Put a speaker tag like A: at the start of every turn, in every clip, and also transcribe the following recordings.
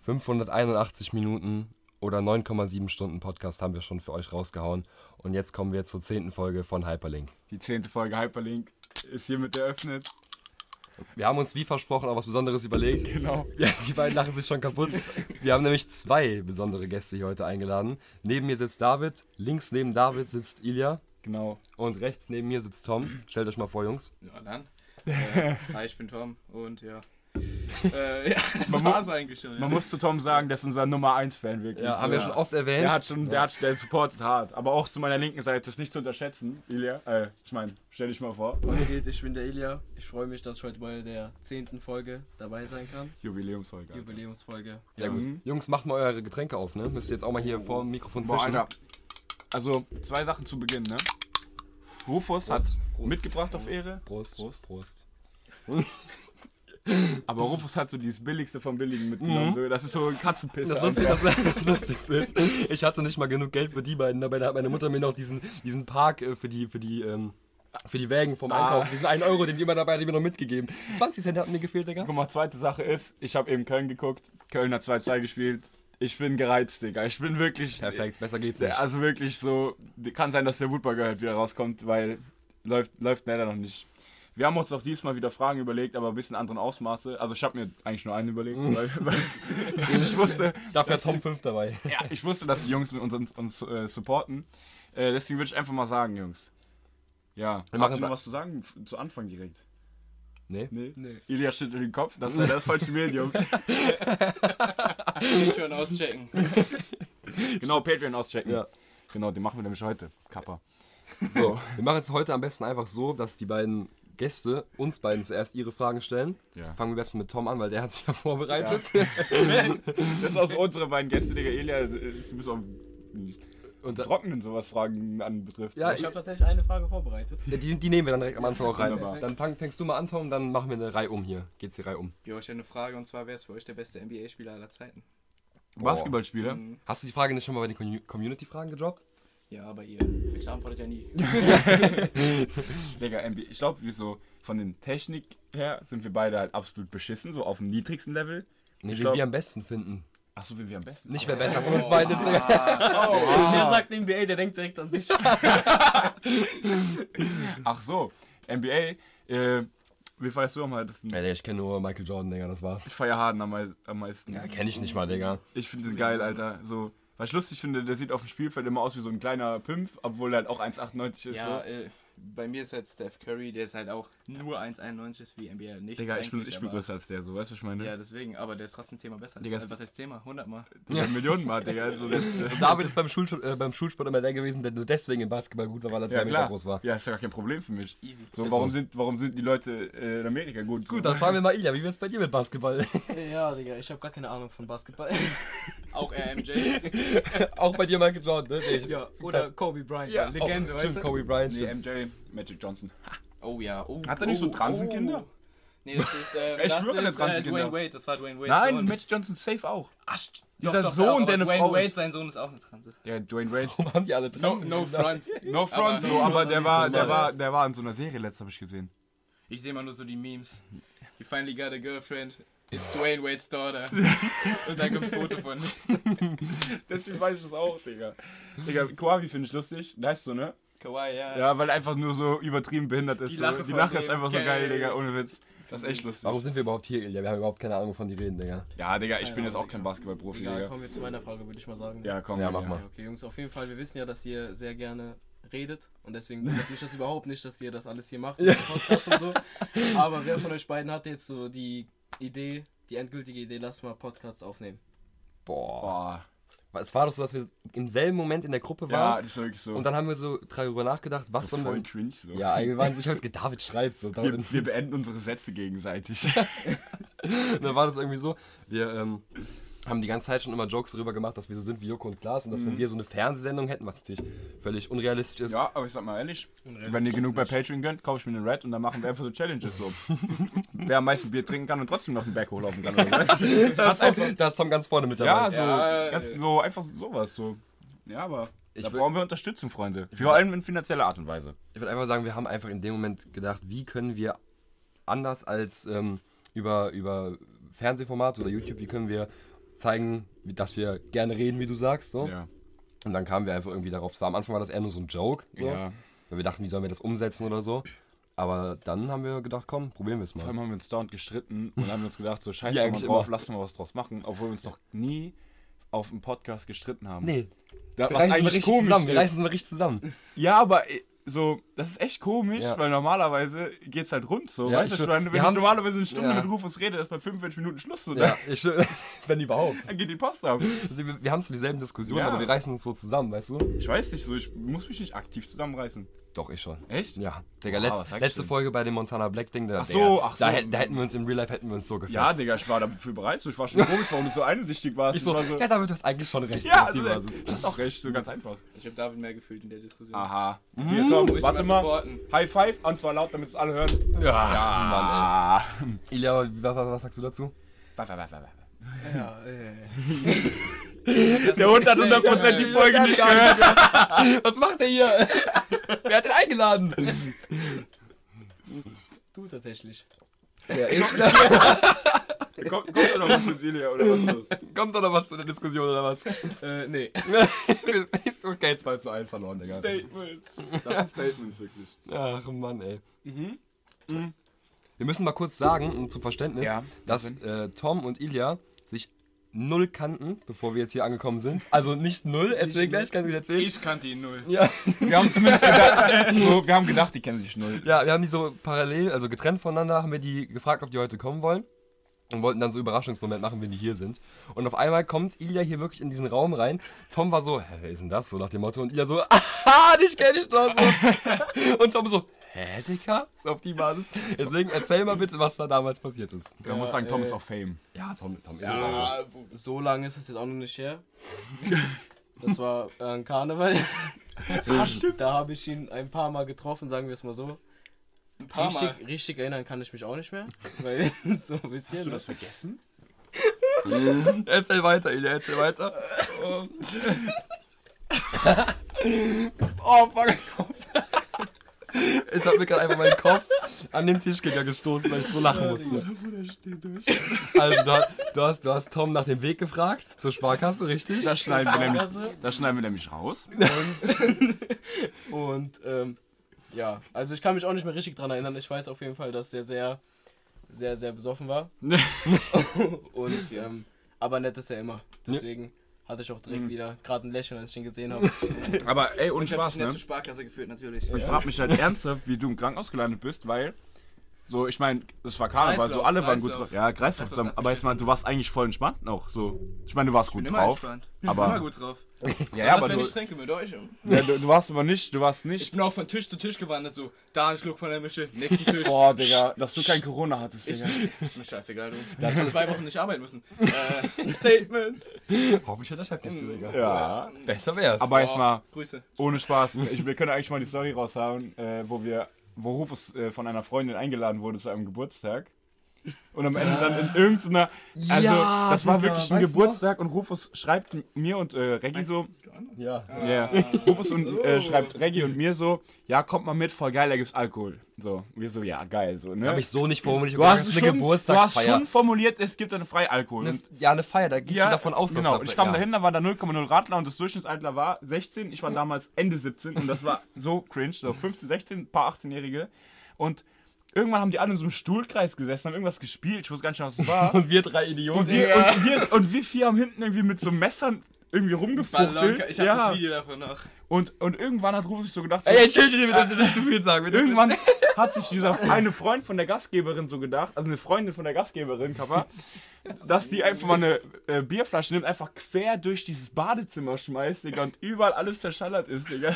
A: 581 Minuten oder 9,7 Stunden Podcast haben wir schon für euch rausgehauen. Und jetzt kommen wir zur zehnten Folge von Hyperlink.
B: Die zehnte Folge Hyperlink ist hiermit eröffnet.
A: Wir haben uns wie versprochen auch was Besonderes überlegt.
B: Genau.
A: Ja, die beiden lachen sich schon kaputt. Wir haben nämlich zwei besondere Gäste hier heute eingeladen. Neben mir sitzt David, links neben David sitzt Ilja
B: Genau.
A: und rechts neben mir sitzt Tom. Stellt euch mal vor, Jungs.
C: Ja, dann. Äh, hi, ich bin Tom und ja. Äh, ja, das
B: Man mu-
C: war's eigentlich schon. Ja.
B: Man muss zu Tom sagen, das ist unser Nummer 1 Fan wirklich.
A: Ja, haben wir
B: So.
A: schon oft erwähnt.
B: Der hat schon, der hat, der supportet hart. Aber auch zu meiner linken Seite ist nicht zu unterschätzen. Ilja, äh, ich meine, stell dich mal vor.
D: Was geht? Ich bin der Ilja. Ich freue mich, dass ich heute bei der zehnten Folge dabei sein kann.
B: Jubiläumsfolge. Alter.
D: Jubiläumsfolge.
A: Sehr gut. Jungs, macht mal eure Getränke auf, ne? Müsst ihr jetzt auch mal hier vor dem Mikrofon
B: Mhm. Boah,
A: zischen.
B: Alter. Also, zwei Sachen zu Beginn, ne? Rufus hat
A: Prost.
B: mitgebracht auf Ehre,
A: Prost. Prost. Prost.
B: aber Rufus hat so dieses Billigste vom Billigen mitgenommen. So, Mhm. Das ist so ein Katzenpiss.
A: Das, Lustige, das, das Lustigste ist, ich hatte nicht mal genug Geld für die beiden. Dabei hat meine Mutter mir noch diesen, diesen Park äh, für die, für die, ähm, für die Wägen vom
B: Ah.
A: Einkauf, diesen 1 Euro, den die immer dabei hat, die mir noch mitgegeben. 20 Cent hat mir gefehlt, Digga.
B: Guck mal, zweite Sache ist, ich habe eben Köln geguckt. Köln hat 2-2 gespielt. Ich bin gereizt, Digga. Ich bin wirklich.
A: Perfekt, besser geht's nicht.
B: Sehr, also wirklich so. Kann sein, dass der Woodburger halt wieder rauskommt, weil läuft, läuft leider noch nicht. Wir haben uns auch diesmal wieder Fragen überlegt, aber ein bisschen anderen Ausmaße. Also ich habe mir eigentlich nur einen überlegt,
A: Mhm.
B: weil, weil ich wusste,
A: Dafür hat Tom 5 dabei.
B: ja, ich wusste, dass die Jungs mit uns, uns, uns äh, supporten. Äh, deswegen würde ich einfach mal sagen, Jungs. Ja,
A: Wir
B: wir
A: machen
B: machen
A: es-
B: noch was zu sagen F- zu Anfang direkt.
A: Nee?
B: Nee.
D: Nee.
B: Ilya schüttelt den Kopf, das ist das falsche Medium.
C: Ich schon auschecken.
B: genau, Patreon auschecken.
A: Ja.
B: Genau, den machen wir nämlich heute. Kappa.
A: So, wir machen es heute am besten einfach so, dass die beiden Gäste uns beiden zuerst ihre Fragen stellen.
B: Ja.
A: Fangen wir erstmal mit Tom an, weil der hat sich ja vorbereitet.
B: Das sind auch so unsere beiden Gäste, Digga. Ilya ist ein bisschen am
A: Und da,
B: Trockenen, sowas Fragen anbetrifft.
A: ja,
D: Ich habe tatsächlich eine Frage vorbereitet.
A: Ja, die, die nehmen wir dann direkt am Anfang auch rein.
B: Wunderbar.
A: Dann fang, fängst du mal an, Tom, dann machen wir eine Reihe um hier. Geht's die Reihe um.
C: Jo, ich hätte eine Frage und zwar: Wer ist für euch der beste NBA-Spieler aller Zeiten?
B: Basketballspieler.
C: Hm,
A: Hast du die Frage nicht schon mal bei den Commu- Community-Fragen gedroppt?
C: Ja, aber ihr. Ich antwortet ja nie.
B: Digga, NBA. Ich glaube, wir so von den Technik her sind wir beide halt absolut beschissen, so auf dem niedrigsten Level.
A: Nee,
B: Ich
A: wen
B: glaub-
A: wir am besten finden.
B: Achso, wen wir am besten.
A: Nicht wer besser von uns beiden ist. Digga.
D: Wer sagt NBA, der denkt direkt an sich.
B: Ach so, NBA, äh, wie feierst du am meisten?
A: Ja, Digga, ich kenne nur Michael Jordan, Digga, das war's.
B: Ich feier Harden am, mei- am meisten.
A: Ja, kenne ich nicht mal, Digga.
B: Ich finde den geil, Alter. So, was ich lustig finde, der sieht auf dem Spielfeld immer aus wie so ein kleiner Pimpf, obwohl er halt auch 1,98 ist.
C: Ja,
B: so.
C: äh, bei mir ist halt Steph Curry, der ist halt auch nur 1,91 ist wie NBA. Nicht
B: Digga, ich bin,
C: eigentlich,
B: ich bin
C: aber-
B: größer als der, so, weißt du, was ich meine?
C: Ja, deswegen, aber der ist trotzdem zehnmal besser.
B: Digga,
C: also,
B: ist-
C: was heißt zehnmal? 100 Mal.
B: Digga, Millionenmal, Digga. So, der, der,
A: David ist beim, Schul äh, beim Schulsport immer der gewesen, der nur deswegen im Basketball gut war, weil er zwei
B: ja,
A: Meter
B: klar.
A: groß war.
B: Ja, ist ja gar kein Problem für mich.
C: Easy.
B: So,
A: Ist
B: warum,
A: so.
B: Sind, warum sind die Leute äh, in Amerika gut?
A: Gut,
B: so.
A: dann fragen wir mal Ilja, wie wär's bei dir mit Basketball?
D: Ja, Digga, ich habe gar keine Ahnung von Basketball.
C: Auch RMJ.
A: Auch bei dir Michael Jordan, ne? Nee,
D: ja, oder Kobe Bryant.
A: Ja,
C: Legende,
A: oh,
C: weißt
A: stimmt,
C: du?
A: Kobe Bryant,
B: Nee,
A: stimmt.
B: MJ, Magic Johnson.
C: Oh ja. Oh,
B: Hat er nicht
C: oh,
B: so Transenkinder?
C: Nee, das ist, äh,
B: Ich
C: das
B: schwöre, das
C: ist äh,
B: Transenkinder.
C: Dwayne Wade. Das war Dwayne Wade.
B: Nein,
C: Sohn.
B: Magic Johnson safe auch.
C: Ach, st-
B: Dieser
C: doch, doch,
B: Sohn,
C: doch, aber
B: der eine
C: Dwayne
B: Frau
C: Wade,
B: ist.
C: sein Sohn ist auch eine Transe.
B: Ja, Dwayne Wade.
A: Warum haben die alle
C: No,
A: Transen?
C: no front.
B: No front,
C: Aber-
B: so, aber der war, der
C: Ja.
B: war, der war in so einer Serie letzt, habe ich gesehen.
C: Ich sehe mal nur so die Memes. You finally got a girlfriend. It's Dwayne Wade's daughter. Und dann kommt ein Foto von.
B: Deswegen weiß ich das auch, Digga. Digga, Kwabi finde ich lustig. Nice so, ne?
C: Kawaii, ja.
B: Ja, weil er einfach nur so übertrieben behindert ist.
C: Die
B: so.
C: Lache
B: die
C: von
B: Lache ist
C: dem.
B: einfach so
C: Geil.
B: geil, Digga, ohne Witz. Das ist echt lustig.
A: Warum sind wir überhaupt hier, Ilja? Wir haben überhaupt keine Ahnung, wovon die reden, Digga.
B: Ja, Digga, ich bin
D: Keine
B: jetzt auch
D: Ahnung,
B: kein Basketballprofi,
D: Egal,
B: Digga.
D: kommen wir zu meiner Frage, würde ich mal sagen.
B: Ja, komm.
A: Ja,
B: Digga.
A: mach mal.
D: Okay, Jungs, auf jeden Fall, wir wissen ja, dass ihr sehr gerne redet und deswegen wundert mich das überhaupt nicht, dass ihr das alles hier macht, mit dem Podcast und so. Aber wer von euch beiden hatte jetzt so die Idee, die endgültige Idee, lass mal Podcasts aufnehmen?
A: Boah.
B: Boah.
A: Es war doch so, dass wir im selben Moment in der Gruppe
B: Ja,
A: waren
B: das ist wirklich so.
A: und dann haben wir so darüber nachgedacht, was
B: so
A: so
B: voll
A: sollen
B: cringe, so.
A: wir. Ja, wir waren sicher, dass David schreibt so. David,
B: Wir, wir beenden unsere Sätze gegenseitig.
A: Und dann war das irgendwie so, wir ähm, haben die ganze Zeit schon immer Jokes darüber gemacht, dass wir so sind wie Joko und Klaas und dass wenn wir so eine Fernsehsendung hätten, was natürlich völlig unrealistisch ist.
B: Mhm. Ja, aber ich sag mal ehrlich, wenn ihr genug bei Patreon gönnt, kaufe ich mir eine Red und dann machen wir einfach so Challenges so. Wer am meisten Bier trinken kann und trotzdem noch einen Berg hochlaufen kann. Oder so, weißt du?
A: Da, ist Tom, da ist Tom ganz vorne mit
B: ja,
A: dabei.
B: also- so,
C: Ja,
B: halt ganz,
C: äh.
B: so einfach sowas. So. Ja, aber
A: Ich
B: da
A: wür-
B: brauchen wir Unterstützung, Freunde. Vor allem in finanzieller Art und Weise.
A: Ich würde einfach sagen, wir haben einfach in dem Moment gedacht, wie können wir anders als ähm, über, über Fernsehformate oder YouTube, wie können wir zeigen, wie- dass wir gerne reden, wie du sagst. So.
B: Ja.
A: Und dann kamen wir einfach irgendwie darauf. Am Anfang war das eher nur so ein Joke. So.
B: ja.
A: Weil wir dachten, wie sollen wir das umsetzen oder so. Aber dann haben wir gedacht, komm, probieren wir es
B: Vor
A: mal.
B: allem haben wir uns dauernd gestritten und haben uns gedacht, so scheiße
A: Ja,
B: ja, mal
A: eigentlich
B: drauf,
A: immer.
B: lassen wir was draus machen, obwohl wir uns noch nie auf dem Podcast gestritten haben.
A: Nee,
B: Da,
A: wir reißen
B: was
A: es mal
B: eigentlich
A: richtig
B: komisch
A: zusammen. Wir
B: ist.
A: reißen es mal richtig zusammen.
B: Ja, aber äh, so, das ist echt komisch,
A: Ja.
B: weil normalerweise geht's halt rund so.
A: Ja,
B: weißt du,
A: ich
B: ich
A: schwör-
B: meine,
A: wir
B: wenn ich
A: haben-
B: normalerweise eine Stunde
A: Ja.
B: mit Rufus rede, ist bei 45 Minuten Schluss, oder?
A: Ja, ich, wenn überhaupt.
B: Dann geht die Post ab.
A: Also wir, wir haben zwar dieselben Diskussionen,
B: Ja.
A: aber wir reißen uns so zusammen, weißt du?
B: Ich weiß nicht, so, ich muss mich nicht aktiv zusammenreißen.
A: Doch, ich schon.
B: Echt?
A: Ja, Digga,
B: Wow,
A: letz,
B: was sag ich
A: letzte
B: denn?
A: Folge bei dem Montana Black Ding, da,
B: Ach so, ach
A: da,
B: so.
A: hä- da hätten wir uns im Real Life hätten wir uns so gefällt.
B: Ja, Digga, ich war dafür bereit. So, ich war schon komisch, warum du so einsichtig warst.
A: ich so,
B: Ich war
A: ja, damit hast du eigentlich schon recht.
B: also- ja,
A: auf die
B: also,
A: Basis.
B: hat doch recht, so ganz einfach.
C: Ich habe David mehr gefühlt in der Diskussion.
B: Aha. Hier, Tom,
C: Muss ich
B: Ah, warte
C: mal
B: mal.
C: supporten.
B: High Five, und zwar laut, damit es alle hören.
A: ja, Mann,
B: Ah.
A: ey. Ilja, was, was sagst du dazu?
D: Ja, äh.
B: Der Hund hat 100% die Folge nicht gehört.
A: Was macht er hier? Wer hat ihn eingeladen?
D: Du tatsächlich.
A: Ja, ich.
B: Kommt, kommt doch noch was mit Silja oder was ist los?
A: Kommt doch noch was zu der Diskussion oder was?
D: Äh, nee.
A: okay, 2 zu 1 verloren, Digga.
B: Statements. Das sind Statements, wirklich.
A: Ach Mann, ey. Mhm. Wir müssen mal kurz sagen, um zum Verständnis,
B: Ja.
A: dass äh, Tom und Ilja sich null kannten, bevor wir jetzt hier angekommen sind. Also nicht null, erzähl gleich, kannst du erzählen.
C: Ich kannte ihn null.
A: Ja.
B: Wir haben zumindest gedacht, so, wir haben gedacht, die kennen sich null.
A: ja, wir haben die so parallel, also getrennt voneinander, haben wir die gefragt, ob die heute kommen wollen. Und wollten dann so einen Überraschungsmoment machen, wenn die hier sind. Und auf einmal kommt Ilja hier wirklich in diesen Raum rein. Tom war so, hä, wer ist denn das? So nach dem Motto. Und Ilja so, aha, dich kenne ich doch. So. Und Tom so, hä, Digga? So auf die Basis. Deswegen erzähl mal bitte, was da damals passiert ist.
B: Man muss sagen, Tom
D: äh,
B: ist auch Fame.
A: Ja, Tom, Tom ist einfach.
C: Ja, wo-
D: So lange ist das jetzt auch noch nicht her. Das war äh, ein Karneval.
B: Ah, stimmt.
D: Da habe ich ihn ein paar Mal getroffen, sagen wir es mal so.
C: ein paar Mal.
D: Richtig, richtig erinnern kann ich mich auch nicht mehr. Weil so ein bisschen.
B: Hast du das vergessen?
A: Erzähl weiter, Ilja, erzähl weiter. Oh, oh fuck, Kopf. Ich hab mir gerade einfach meinen Kopf an den Tischkicker gestoßen, weil ich so lachen musste.
B: Bruder, steh durch.
A: Also, du hast, du hast, du hast Tom nach dem Weg gefragt zur Sparkasse, richtig?
B: Das schneiden wir nämlich,
D: Also?
B: das schneiden wir nämlich raus.
D: Und ähm, ja, also ich kann mich auch nicht mehr richtig dran erinnern. Ich weiß auf jeden Fall, dass der sehr, sehr, sehr besoffen war. Und ähm, aber nett ist er immer. Deswegen hatte ich auch
A: Mhm.
D: direkt wieder gerade ein Lächeln, als ich ihn gesehen habe.
B: Aber ey, ohne
C: Ich hab
B: Spaß,
C: dich nicht
B: ne?
C: zur Sparkasse geführt, natürlich.
B: Ich frag mich halt ernsthaft, wie du im Krankenhaus gelandet bist, weil. So, ich meine, es war Karneval, so
C: Kreislauf,
B: alle waren gut
C: Kreislauf.
B: drauf. Ja, Kreislauf
C: Kreislauf
B: zusammen.
C: hat
B: Aber jetzt mal, du warst eigentlich voll entspannt noch. So, ich meine, du warst gut
C: Bin immer
B: drauf.
C: entspannt.
B: aber-
C: Immer gut drauf.
B: Ja,
C: Ja,
B: ja,
C: Was,
B: aber
C: wenn
B: du,
C: ich trinke mit euch?
B: ja, du, du warst aber nicht, du warst
C: Ich
B: nicht.
C: bin auch von Tisch zu Tisch gewandert, so. Da ein Schluck von der Mische, nächsten Tisch.
B: Boah, Digga, dass du kein Corona hattest,
C: Ich,
B: Digga.
C: ist mir scheißegal, du. Da hab ich schon zwei Wochen nicht arbeiten müssen. Äh, Statements.
A: Hoffentlich hat der Chef nicht zu, Digga.
B: Ja.
A: Hm, Besser wär's.
B: Aber jetzt
C: Boah,
B: mal,
C: Grüße.
B: ohne Spaß, ich, wir können eigentlich mal die Story raushauen, äh, wo wir, wo Rufus äh, von einer Freundin eingeladen wurde zu einem Geburtstag. Und am Ende dann in irgendeiner. Also,
A: Ja,
B: das war
A: Digga,
B: wirklich ein
A: weißt du
B: Geburtstag und Rufus schreibt m- mir und äh, Reggie so.
A: ja.
B: Ja. Rufus und, äh, schreibt Reggie und mir so: Ja, kommt mal mit, voll geil, da gibt's Alkohol. So, wir so, ja, geil. So, ne?
A: Hab ich so nicht formuliert.
B: du, hast
A: Das
B: es
A: ist
B: schon,
A: eine
B: du hast
A: Geburtstagsfeier.
B: schon formuliert, es gibt dann frei Alkohol.
A: Eine,
B: Und-
A: ja, eine Feier, da gehst
B: ja,
A: du davon aus,
B: genau.
A: dass
B: Und ich kam
A: ja.
B: dahin, da war da 0,0 Radler und das Durchschnittsalter war 16. Ich war damals Ende 17 und das war so cringe. So 15, 16, ein paar 18-Jährige. Und irgendwann haben die alle in so einem Stuhlkreis gesessen, haben irgendwas gespielt. Ich wusste gar nicht, was es war.
A: Und wir drei Idioten.
B: Und wir, und, wir, und wir vier haben hinten irgendwie mit so Messern irgendwie
C: Ballon,
B: rumgefuchtelt.
C: ich hab
B: ja.
C: das Video davon noch.
B: und, und irgendwann hat Rufus sich so gedacht, so,
A: Ey, entschuldige, wir dürfen nicht zu viel sagen. Wir dürfen
B: irgendwann hat sich dieser eine Freund von der Gastgeberin so gedacht, also eine Freundin von der Gastgeberin, Kappa, dass die einfach mal eine äh, Bierflasche nimmt, einfach quer durch dieses Badezimmer schmeißt, Digga, und überall alles zerschallert ist, Digga.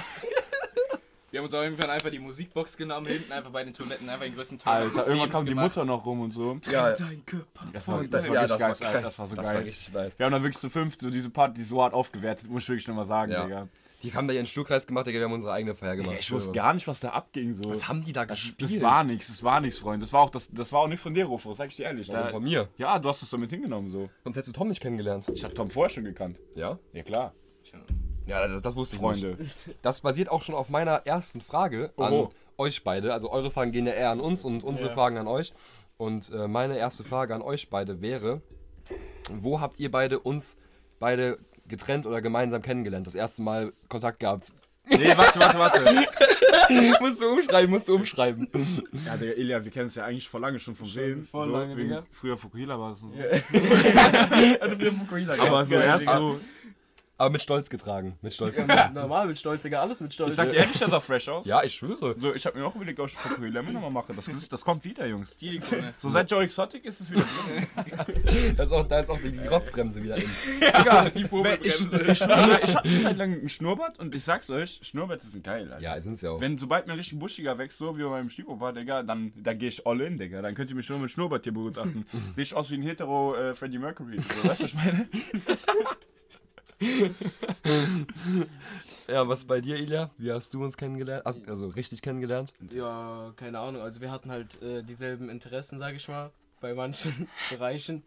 C: Wir haben uns auch irgendwann einfach die Musikbox genommen, hinten einfach bei den Toiletten, einfach den größten Teil.
B: Alter, irgendwann kam die Mutter noch rum und so.
A: Ja,
C: Dein Körper.
B: Das war,
A: das war, ja, das, war, das, das war so geil. richtig nice.
B: Wir haben dann wirklich zu fünf so diese Party so hart aufgewertet, muss ich wirklich nochmal sagen,
A: Ja.
B: Digga.
A: Die haben da ihren Stuhlkreis gemacht, Digga, wir haben unsere eigene Feier gemacht. Also,
B: Ich wusste gar nicht, was da abging, so.
A: Was haben die da
B: das,
A: gespielt?
B: das war nichts, das war nichts, Freund. Das war auch, das, das war auch nicht von dir, Rufus, sag ich dir ehrlich.
A: Warum
B: Da,
A: von mir.
B: ja, du hast es damit hingenommen, so.
A: Sonst hättest du Tom nicht kennengelernt.
B: Ich hab Tom vorher schon gekannt.
A: Ja?
B: Ja, klar.
A: Ja, das, das wusste ich
B: Freunde.
A: nicht. Das basiert auch schon auf meiner ersten Frage an
B: Oho.
A: euch beide. Also eure Fragen gehen ja eher an uns und unsere Fragen an euch. Und äh, meine erste Frage an euch beide wäre, Wo habt ihr beide uns beide getrennt oder gemeinsam kennengelernt? Das erste Mal Kontakt gehabt?
B: Nee, warte, warte, warte.
A: musst du umschreiben, musst du umschreiben.
B: Ja, Digga, Ilja, wir kennen uns ja eigentlich vor lange schon vom Sehen.
D: vor
B: so,
D: lange,
B: wegen-
D: Digga.
B: Früher Fukuhila war es so.
A: Aber,
B: Aber so erst so.
A: aber mit Stolz getragen. Mit Stolz getragen.
D: Ja, Normal mit Stolz, Digga, alles mit Stolz.
B: Ich sag dir ehrlich, das sah fresh aus.
A: Ja, ich schwöre.
B: So, ich hab mir auch überlegt, ob ich Fukuhila immer nochmal mache. Das, das, das kommt wieder, Jungs.
C: Die Krone.
B: So, seit Joe Exotic ist es wieder drin.
A: Da ist auch, da ist auch die Grotzbremse wieder in.
B: Digga,
C: Die
B: wenn ich,
C: Popelbremse.
B: ich, schwöre, ich hab eine Zeit lang einen Schnurrbart und ich sag's euch, Schnurrbärte sind geil, Alter.
A: Ja, sind's ja auch.
B: Wenn sobald mir richtig buschiger wächst, so wie bei meinem Stiefopa, Digga, dann, dann gehe ich all in, Digga. Dann könnt ihr mich nur mit Schnurrbart hier begutachten. Sehe ich aus wie ein hetero äh, Freddie Mercury. So, weißt du, was ich meine?
A: Ja, was bei dir, Ilja? Wie hast du uns kennengelernt? Ach, Also richtig kennengelernt?
D: Ja, keine Ahnung. Also wir hatten halt äh, dieselben Interessen, sage ich mal, bei manchen Bereichen.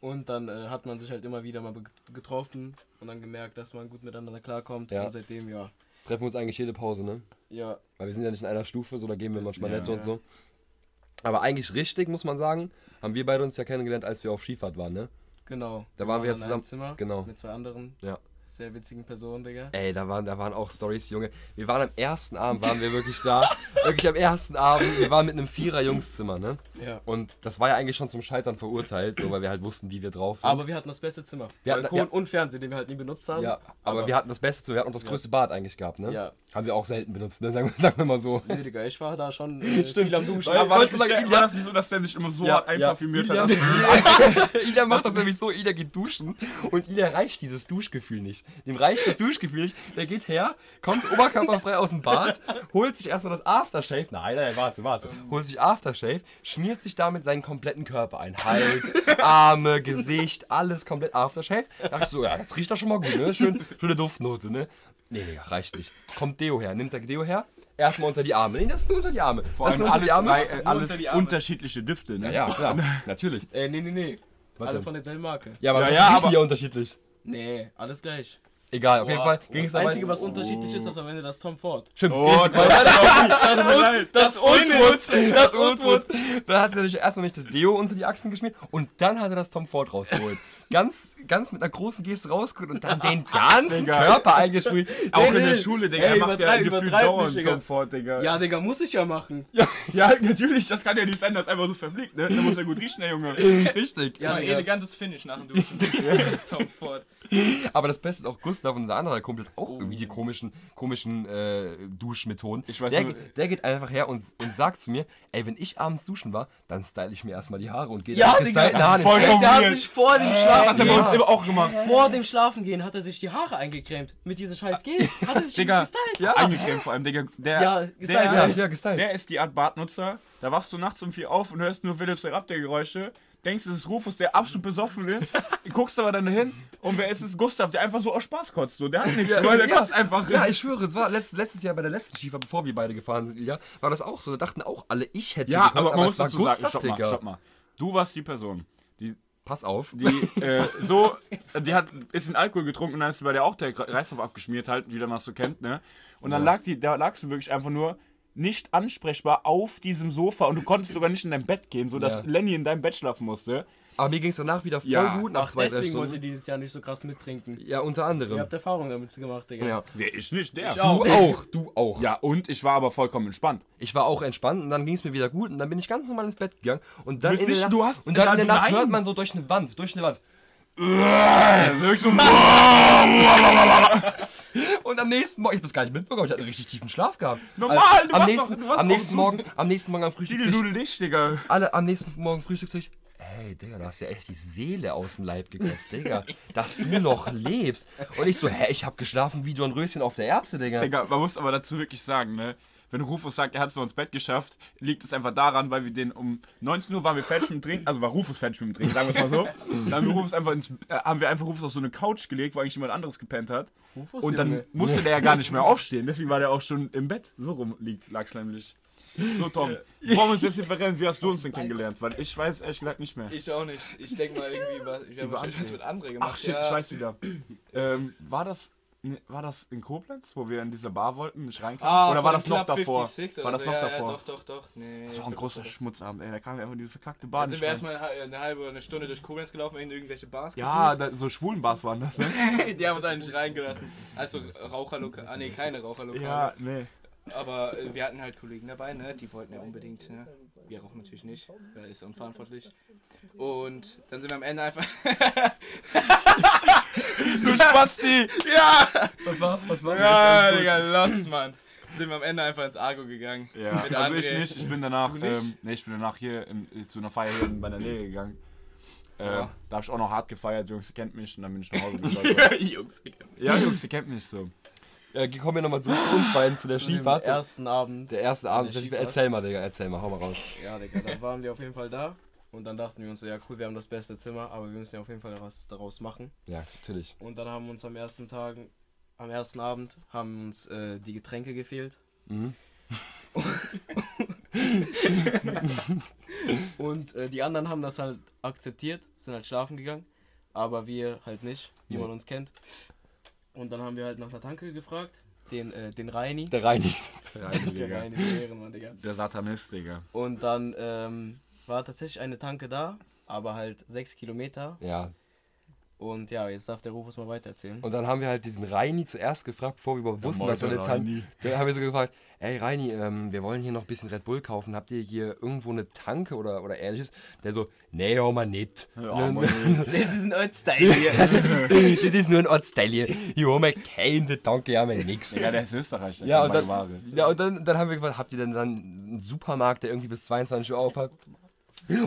D: Und dann äh, hat man sich halt immer wieder mal be- getroffen und dann gemerkt, dass man gut miteinander klarkommt.
A: Ja.
D: Und seitdem, ja.
A: Treffen uns eigentlich jede Pause, ne?
D: Ja,
A: Weil wir sind ja nicht in einer Stufe, so da geben wir
B: Das-
A: manchmal
B: ja,
A: nette und
B: ja.
A: so. Aber eigentlich richtig, muss man sagen, haben wir beide uns ja kennengelernt, als wir auf Skifahrt waren, ne?
D: genau.
A: Da waren wir
D: in
A: ja
D: einem
A: zusammen-
D: Zimmer
A: genau.
D: mit zwei anderen
A: Ja.
D: sehr witzigen Personen, Digga.
A: Ey, da waren, da waren auch Stories, Junge. Wir waren am ersten Abend, waren wir wirklich da. wirklich am ersten Abend. Wir waren mit einem Vierer-Jungszimmer, ne?
D: Ja.
A: Und das war ja eigentlich schon zum Scheitern verurteilt, so, weil wir halt wussten, wie wir drauf sind.
D: Aber wir hatten das beste Zimmer.
A: Wir hatten-
D: Balkon
A: ja.
D: und Fernsehen, den wir halt nie benutzt haben.
A: ja, aber, wir hatten das Beste zu, wir hatten auch das größte Bad eigentlich gehabt, ne?
D: Ja.
A: Haben wir auch selten benutzt, ne? Sagen wir, sagen wir mal so.
D: Nee, Digga, ich war da schon äh, viel am Duschen.
A: Weil-
D: Aber
B: War
A: Wolltest
B: das,
A: du
B: nicht,
A: sagen,
B: der- war das nicht so, dass der sich immer so hart einparfümiert hat? dass-
A: Ida macht das nämlich so, Ida geht duschen und Ida reicht dieses Duschgefühl nicht. Dem reicht das Duschgefühl nicht. Der geht her, kommt oberkörperfrei aus dem Bad, holt sich erstmal das Aftershave. Nein, nein, warte, warte. Holt sich Aftershave, schmiert sich damit seinen kompletten Körper ein. Hals, Arme, Gesicht, alles komplett Aftershave. Dachte ich so, ja, das riecht doch schon mal gut, ne? Schön, schöne Duftnote, ne? Nee, Digga, reicht nicht. Kommt Deo her, nimmt der Deo her, erstmal unter die Arme. Nee, das ist nur unter die Arme.
B: Vor
A: das
B: allem
A: nur unter
B: alles,
A: die Arme.
B: drei, äh,
C: Nur
B: alles
C: unter die Arme.
B: unterschiedliche Düfte, ne?
A: Ja, klar, natürlich.
D: äh, nee, nee, nee.
A: Was
D: alle
A: denn?
D: von derselben Marke.
A: Ja, aber
B: Ja,
A: ja,
B: ja,
A: ja, riechen
B: aber-
A: die ja unterschiedlich.
D: Nee, alles gleich.
A: Egal, auf jeden
D: Boah,
A: Fall ging es
D: das
A: dabei.
D: Einzige, oh. was unterschiedlich ist, ist am Ende das Tom Ford.
A: Stimmt,
B: Oh, das, das, das,
A: das Unwut, das Unwut. Dann hat sie natürlich erstmal nicht das Deo unter die Achsen geschmiert und dann hat er das Tom Ford rausgeholt. ganz, ganz mit einer großen Geste rausgeholt und dann den ganzen
B: Digga.
A: Körper eingesprüht.
B: Auch in der Schule, Digga,
D: Ey,
B: er macht ja
D: übertreib-
B: gefühlt
D: übertreib nicht,
B: dauernd
D: Digga.
B: Tom Ford, Digga.
D: Ja, Digga, muss ich ja machen.
B: Ja, natürlich, das kann ja nicht sein, dass einfach so verfliegt, ne? Da muss er gut riechen, der Junge.
A: Richtig.
D: Ja,
C: Mal
D: Digga.
C: elegantes Finish nach dem Duschen. Das ist Tom Ford.
A: Aber das Beste ist auch Gustav, unser anderer Kumpel, hat auch irgendwie die komischen, komischen äh, Duschmethoden.
B: Ich weiß
A: der,
B: nur-
A: ge- der geht einfach her und, und sagt zu mir, ey, wenn ich abends duschen war, dann style ich mir erstmal die Haare und gehe
D: Ja,
A: dann
D: Digga, Äh,
A: gestylten Haaren ins Bett.
B: halt voll
D: Ey, der hat
B: weird.
D: sich vor dem
B: Das hat er
D: Schlafen
B: bei
A: Ja.
B: uns immer auch gemacht.
D: vor dem Schlafengehen hat er sich die Haare eingecremt. Mit dieser scheiß Gel hat er sich
B: Digga,
D: gestylt.
B: ja. eingecremt vor allem, Digga. Der,
D: Ja,
B: der,
D: gestylt,
A: ja, ja, gestylt.
B: der ist die Art Bartnutzer. Da wachst du nachts um vier auf und hörst nur Velociraptor-Geräusche. Denkst, es ist Rufus, der absolut besoffen ist. guckst aber dann hin und wer ist es? Gustav, der einfach so aus Spaß kotzt. So. Der hat nichts, weil der
A: ja.
B: kotzt einfach.
A: Ja, ich schwöre, es war letztes, letztes Jahr bei der letzten Skifahr, bevor wir beide gefahren sind, ja, war das auch so. Da dachten auch alle, ich hätte
B: Ja,
A: gekotzt,
B: aber man muss
A: es war
B: dazu sagen,
A: Gustav,
B: stopp mal,
A: Digga.
B: stopp mal. Du warst die Person, die
A: Pass auf.
B: die äh, so, die hat ist in Alkohol getrunken und dann ist bei der auch der Reisdorf abgeschmiert halt, wie man es so kennt, ne? Und dann lag die, da lagst du wirklich einfach nur nicht ansprechbar auf diesem Sofa und du konntest sogar nicht in dein Bett gehen, so dass
A: Ja.
B: Lenny in deinem Bett schlafen musste.
A: aber mir ging es danach wieder voll
B: Ja,
A: gut nach
D: Ach,
A: zwei, drei
D: deswegen wollt ihr
A: Stunden.
D: dieses Jahr nicht so krass mittrinken.
A: Ja, unter anderem.
D: Ihr habt Erfahrung damit gemacht, Digga.
A: ja.
B: Wer ist nicht der?
D: Ich
A: Du auch, du auch.
B: Ja, und ich war aber vollkommen entspannt.
A: Ich war auch entspannt und dann ging es mir wieder gut und dann bin ich ganz normal ins Bett gegangen. Und dann
B: bist
A: in der
B: nicht-
A: Nacht,
B: du hast-
A: und dann in der
B: nein.
A: Nacht hört man so durch eine Wand, durch eine Wand.
B: Wirklich so,
A: Und am nächsten Morgen, ich hab's gar nicht mitbekommen, ich hatte einen richtig tiefen Schlaf gehabt.
B: Normal,
A: Also,
B: du
A: am
B: warst
A: nächsten,
B: doch- du warst
A: am
B: doch
A: nächsten
B: so-
A: Morgen, am nächsten Morgen am Frühstückstisch
B: du dich, Digga.
A: alle am nächsten Morgen Frühstückstisch. Hey, Digga, du hast ja echt die Seele aus dem Leib gekotzt, Digga. Dass du noch lebst. Und ich so, hä, ich hab geschlafen wie du ein Röschen auf der Erbse, Digga.
B: Digga, man muss aber dazu wirklich sagen, ne? Wenn Rufus sagt, er hat es nur ins Bett geschafft, liegt es einfach daran, weil wir den um 19 Uhr waren wir fertig mit dem Trinken, also war Rufus fertig mit dem Trinken, sagen wir es mal so. Dann haben wir, Rufus einfach ins, äh, haben wir einfach Rufus auf so eine Couch gelegt, wo eigentlich jemand anderes gepennt hat.
D: Rufus,
B: Und dann
D: Junge.
B: musste der ja gar nicht mehr aufstehen, deswegen war der auch schon im Bett. So rum liegt, lag's nämlich. So, Tom, bevor wir uns jetzt hier verrennen, wie hast du uns denn kennengelernt? Weil ich weiß ehrlich gesagt nicht mehr.
C: Ich auch nicht. Ich denke mal irgendwie, was, ich habe
B: Über
C: wahrscheinlich was mit André gemacht.
B: Ach shit,
C: ja.
B: ich weiß wieder. Ähm, war das Nee, war das in Koblenz, wo wir in dieser Bar wollten, nicht reinkamen?
C: Ah,
B: oder
C: von
B: war das noch
C: Club
B: davor?
C: 56
B: War
C: oder
B: das
C: so.
B: noch
C: ja,
B: davor?
C: Ja, doch, doch, doch. Nee,
B: Das
C: ich
B: war ein
C: glaub,
B: großer
C: war-
B: Schmutzabend, ey. Da kam einfach diese verkackte Bar.
C: Dann sind
B: nicht
C: wir
B: rein.
C: erstmal eine, eine halbe eine Stunde durch Koblenz gelaufen, in irgendwelche Bars
B: ja, da, so Schwulenbars waren das, ne?
C: gesucht. Die haben uns eigentlich reingelassen. Also Raucherlokal. Ah, nee, keine Raucherlokale.
B: ja, nee.
C: Aber äh, wir hatten halt Kollegen dabei, ne? Die wollten ja unbedingt, ne? Wir rauchen natürlich nicht, weil ist unverantwortlich. Und dann sind wir am Ende einfach.
B: Du Spasti!
C: ja!
A: Was war? Was war?
B: Ah,
C: Ja, Digga, lost, Mann. Sind wir am Ende einfach ins Argo gegangen.
B: Ja,
C: Mit
B: also ich
C: André.
B: nicht. Ich bin danach,
C: Du nicht?
B: ähm, nee, ich bin danach hier in, zu einer Feier hier in meiner Nähe gegangen. Äh,
C: Ja.
B: Da hab ich auch noch hart gefeiert, Jungs, ihr kennt mich und dann bin ich nach Hause gegangen.
C: Ja, Jungs, Digga.
B: ja, Jungs, ihr kennt mich so.
A: Ja, kommen wir nochmal zurück zu uns beiden, zu der
D: Zu dem
A: Skifahrt.
D: ersten Abend.
A: Der erste Abend.
D: Der Skifahrt.
A: erzähl mal, Digga, erzähl mal, hau mal raus.
D: Ja, Digga, da waren wir auf jeden Fall da. Und dann dachten wir uns so, ja cool, wir haben das beste Zimmer, aber wir müssen ja auf jeden Fall was daraus machen.
A: Ja, natürlich.
D: Und dann haben wir uns am ersten Tag, am ersten Abend, haben uns äh, die Getränke gefehlt.
A: Mhm.
D: Und äh, die anderen haben das halt akzeptiert, sind halt schlafen gegangen, aber wir halt nicht, wie man uns kennt. Und dann haben wir halt nach einer Tanke gefragt, den, äh, den Reini.
A: Der Reini.
D: Der
B: Der,
D: Reini, der Ehrenmann, Digga.
B: der Satanist, Digga.
D: Und dann ähm, war tatsächlich eine Tanke da, aber halt sechs Kilometer.
A: Ja.
D: Und ja, jetzt darf der Rufus mal weitererzählen.
A: Und dann haben wir halt diesen Reini zuerst gefragt, bevor wir überhaupt wussten, dass er eine Tanke.
B: Meuterreini.
A: Dann haben wir so gefragt, ey Reini, ähm, wir wollen hier noch ein bisschen Red Bull kaufen. Habt ihr hier irgendwo eine Tanke oder, oder ähnliches? Der so, nee, hau mal nicht.
B: Ja, Mann,
D: Das ist ein Ötzteil hier.
A: das ist nur ein Ortsteil hier. Hier haben wir keine Tanke, haben wir nix.
B: Digga, der ist Österreicher.
A: Ja, und
B: meine
A: dann, ja, und dann, dann haben wir gefragt, habt ihr denn dann einen Supermarkt, der irgendwie bis 22 Uhr auf hat?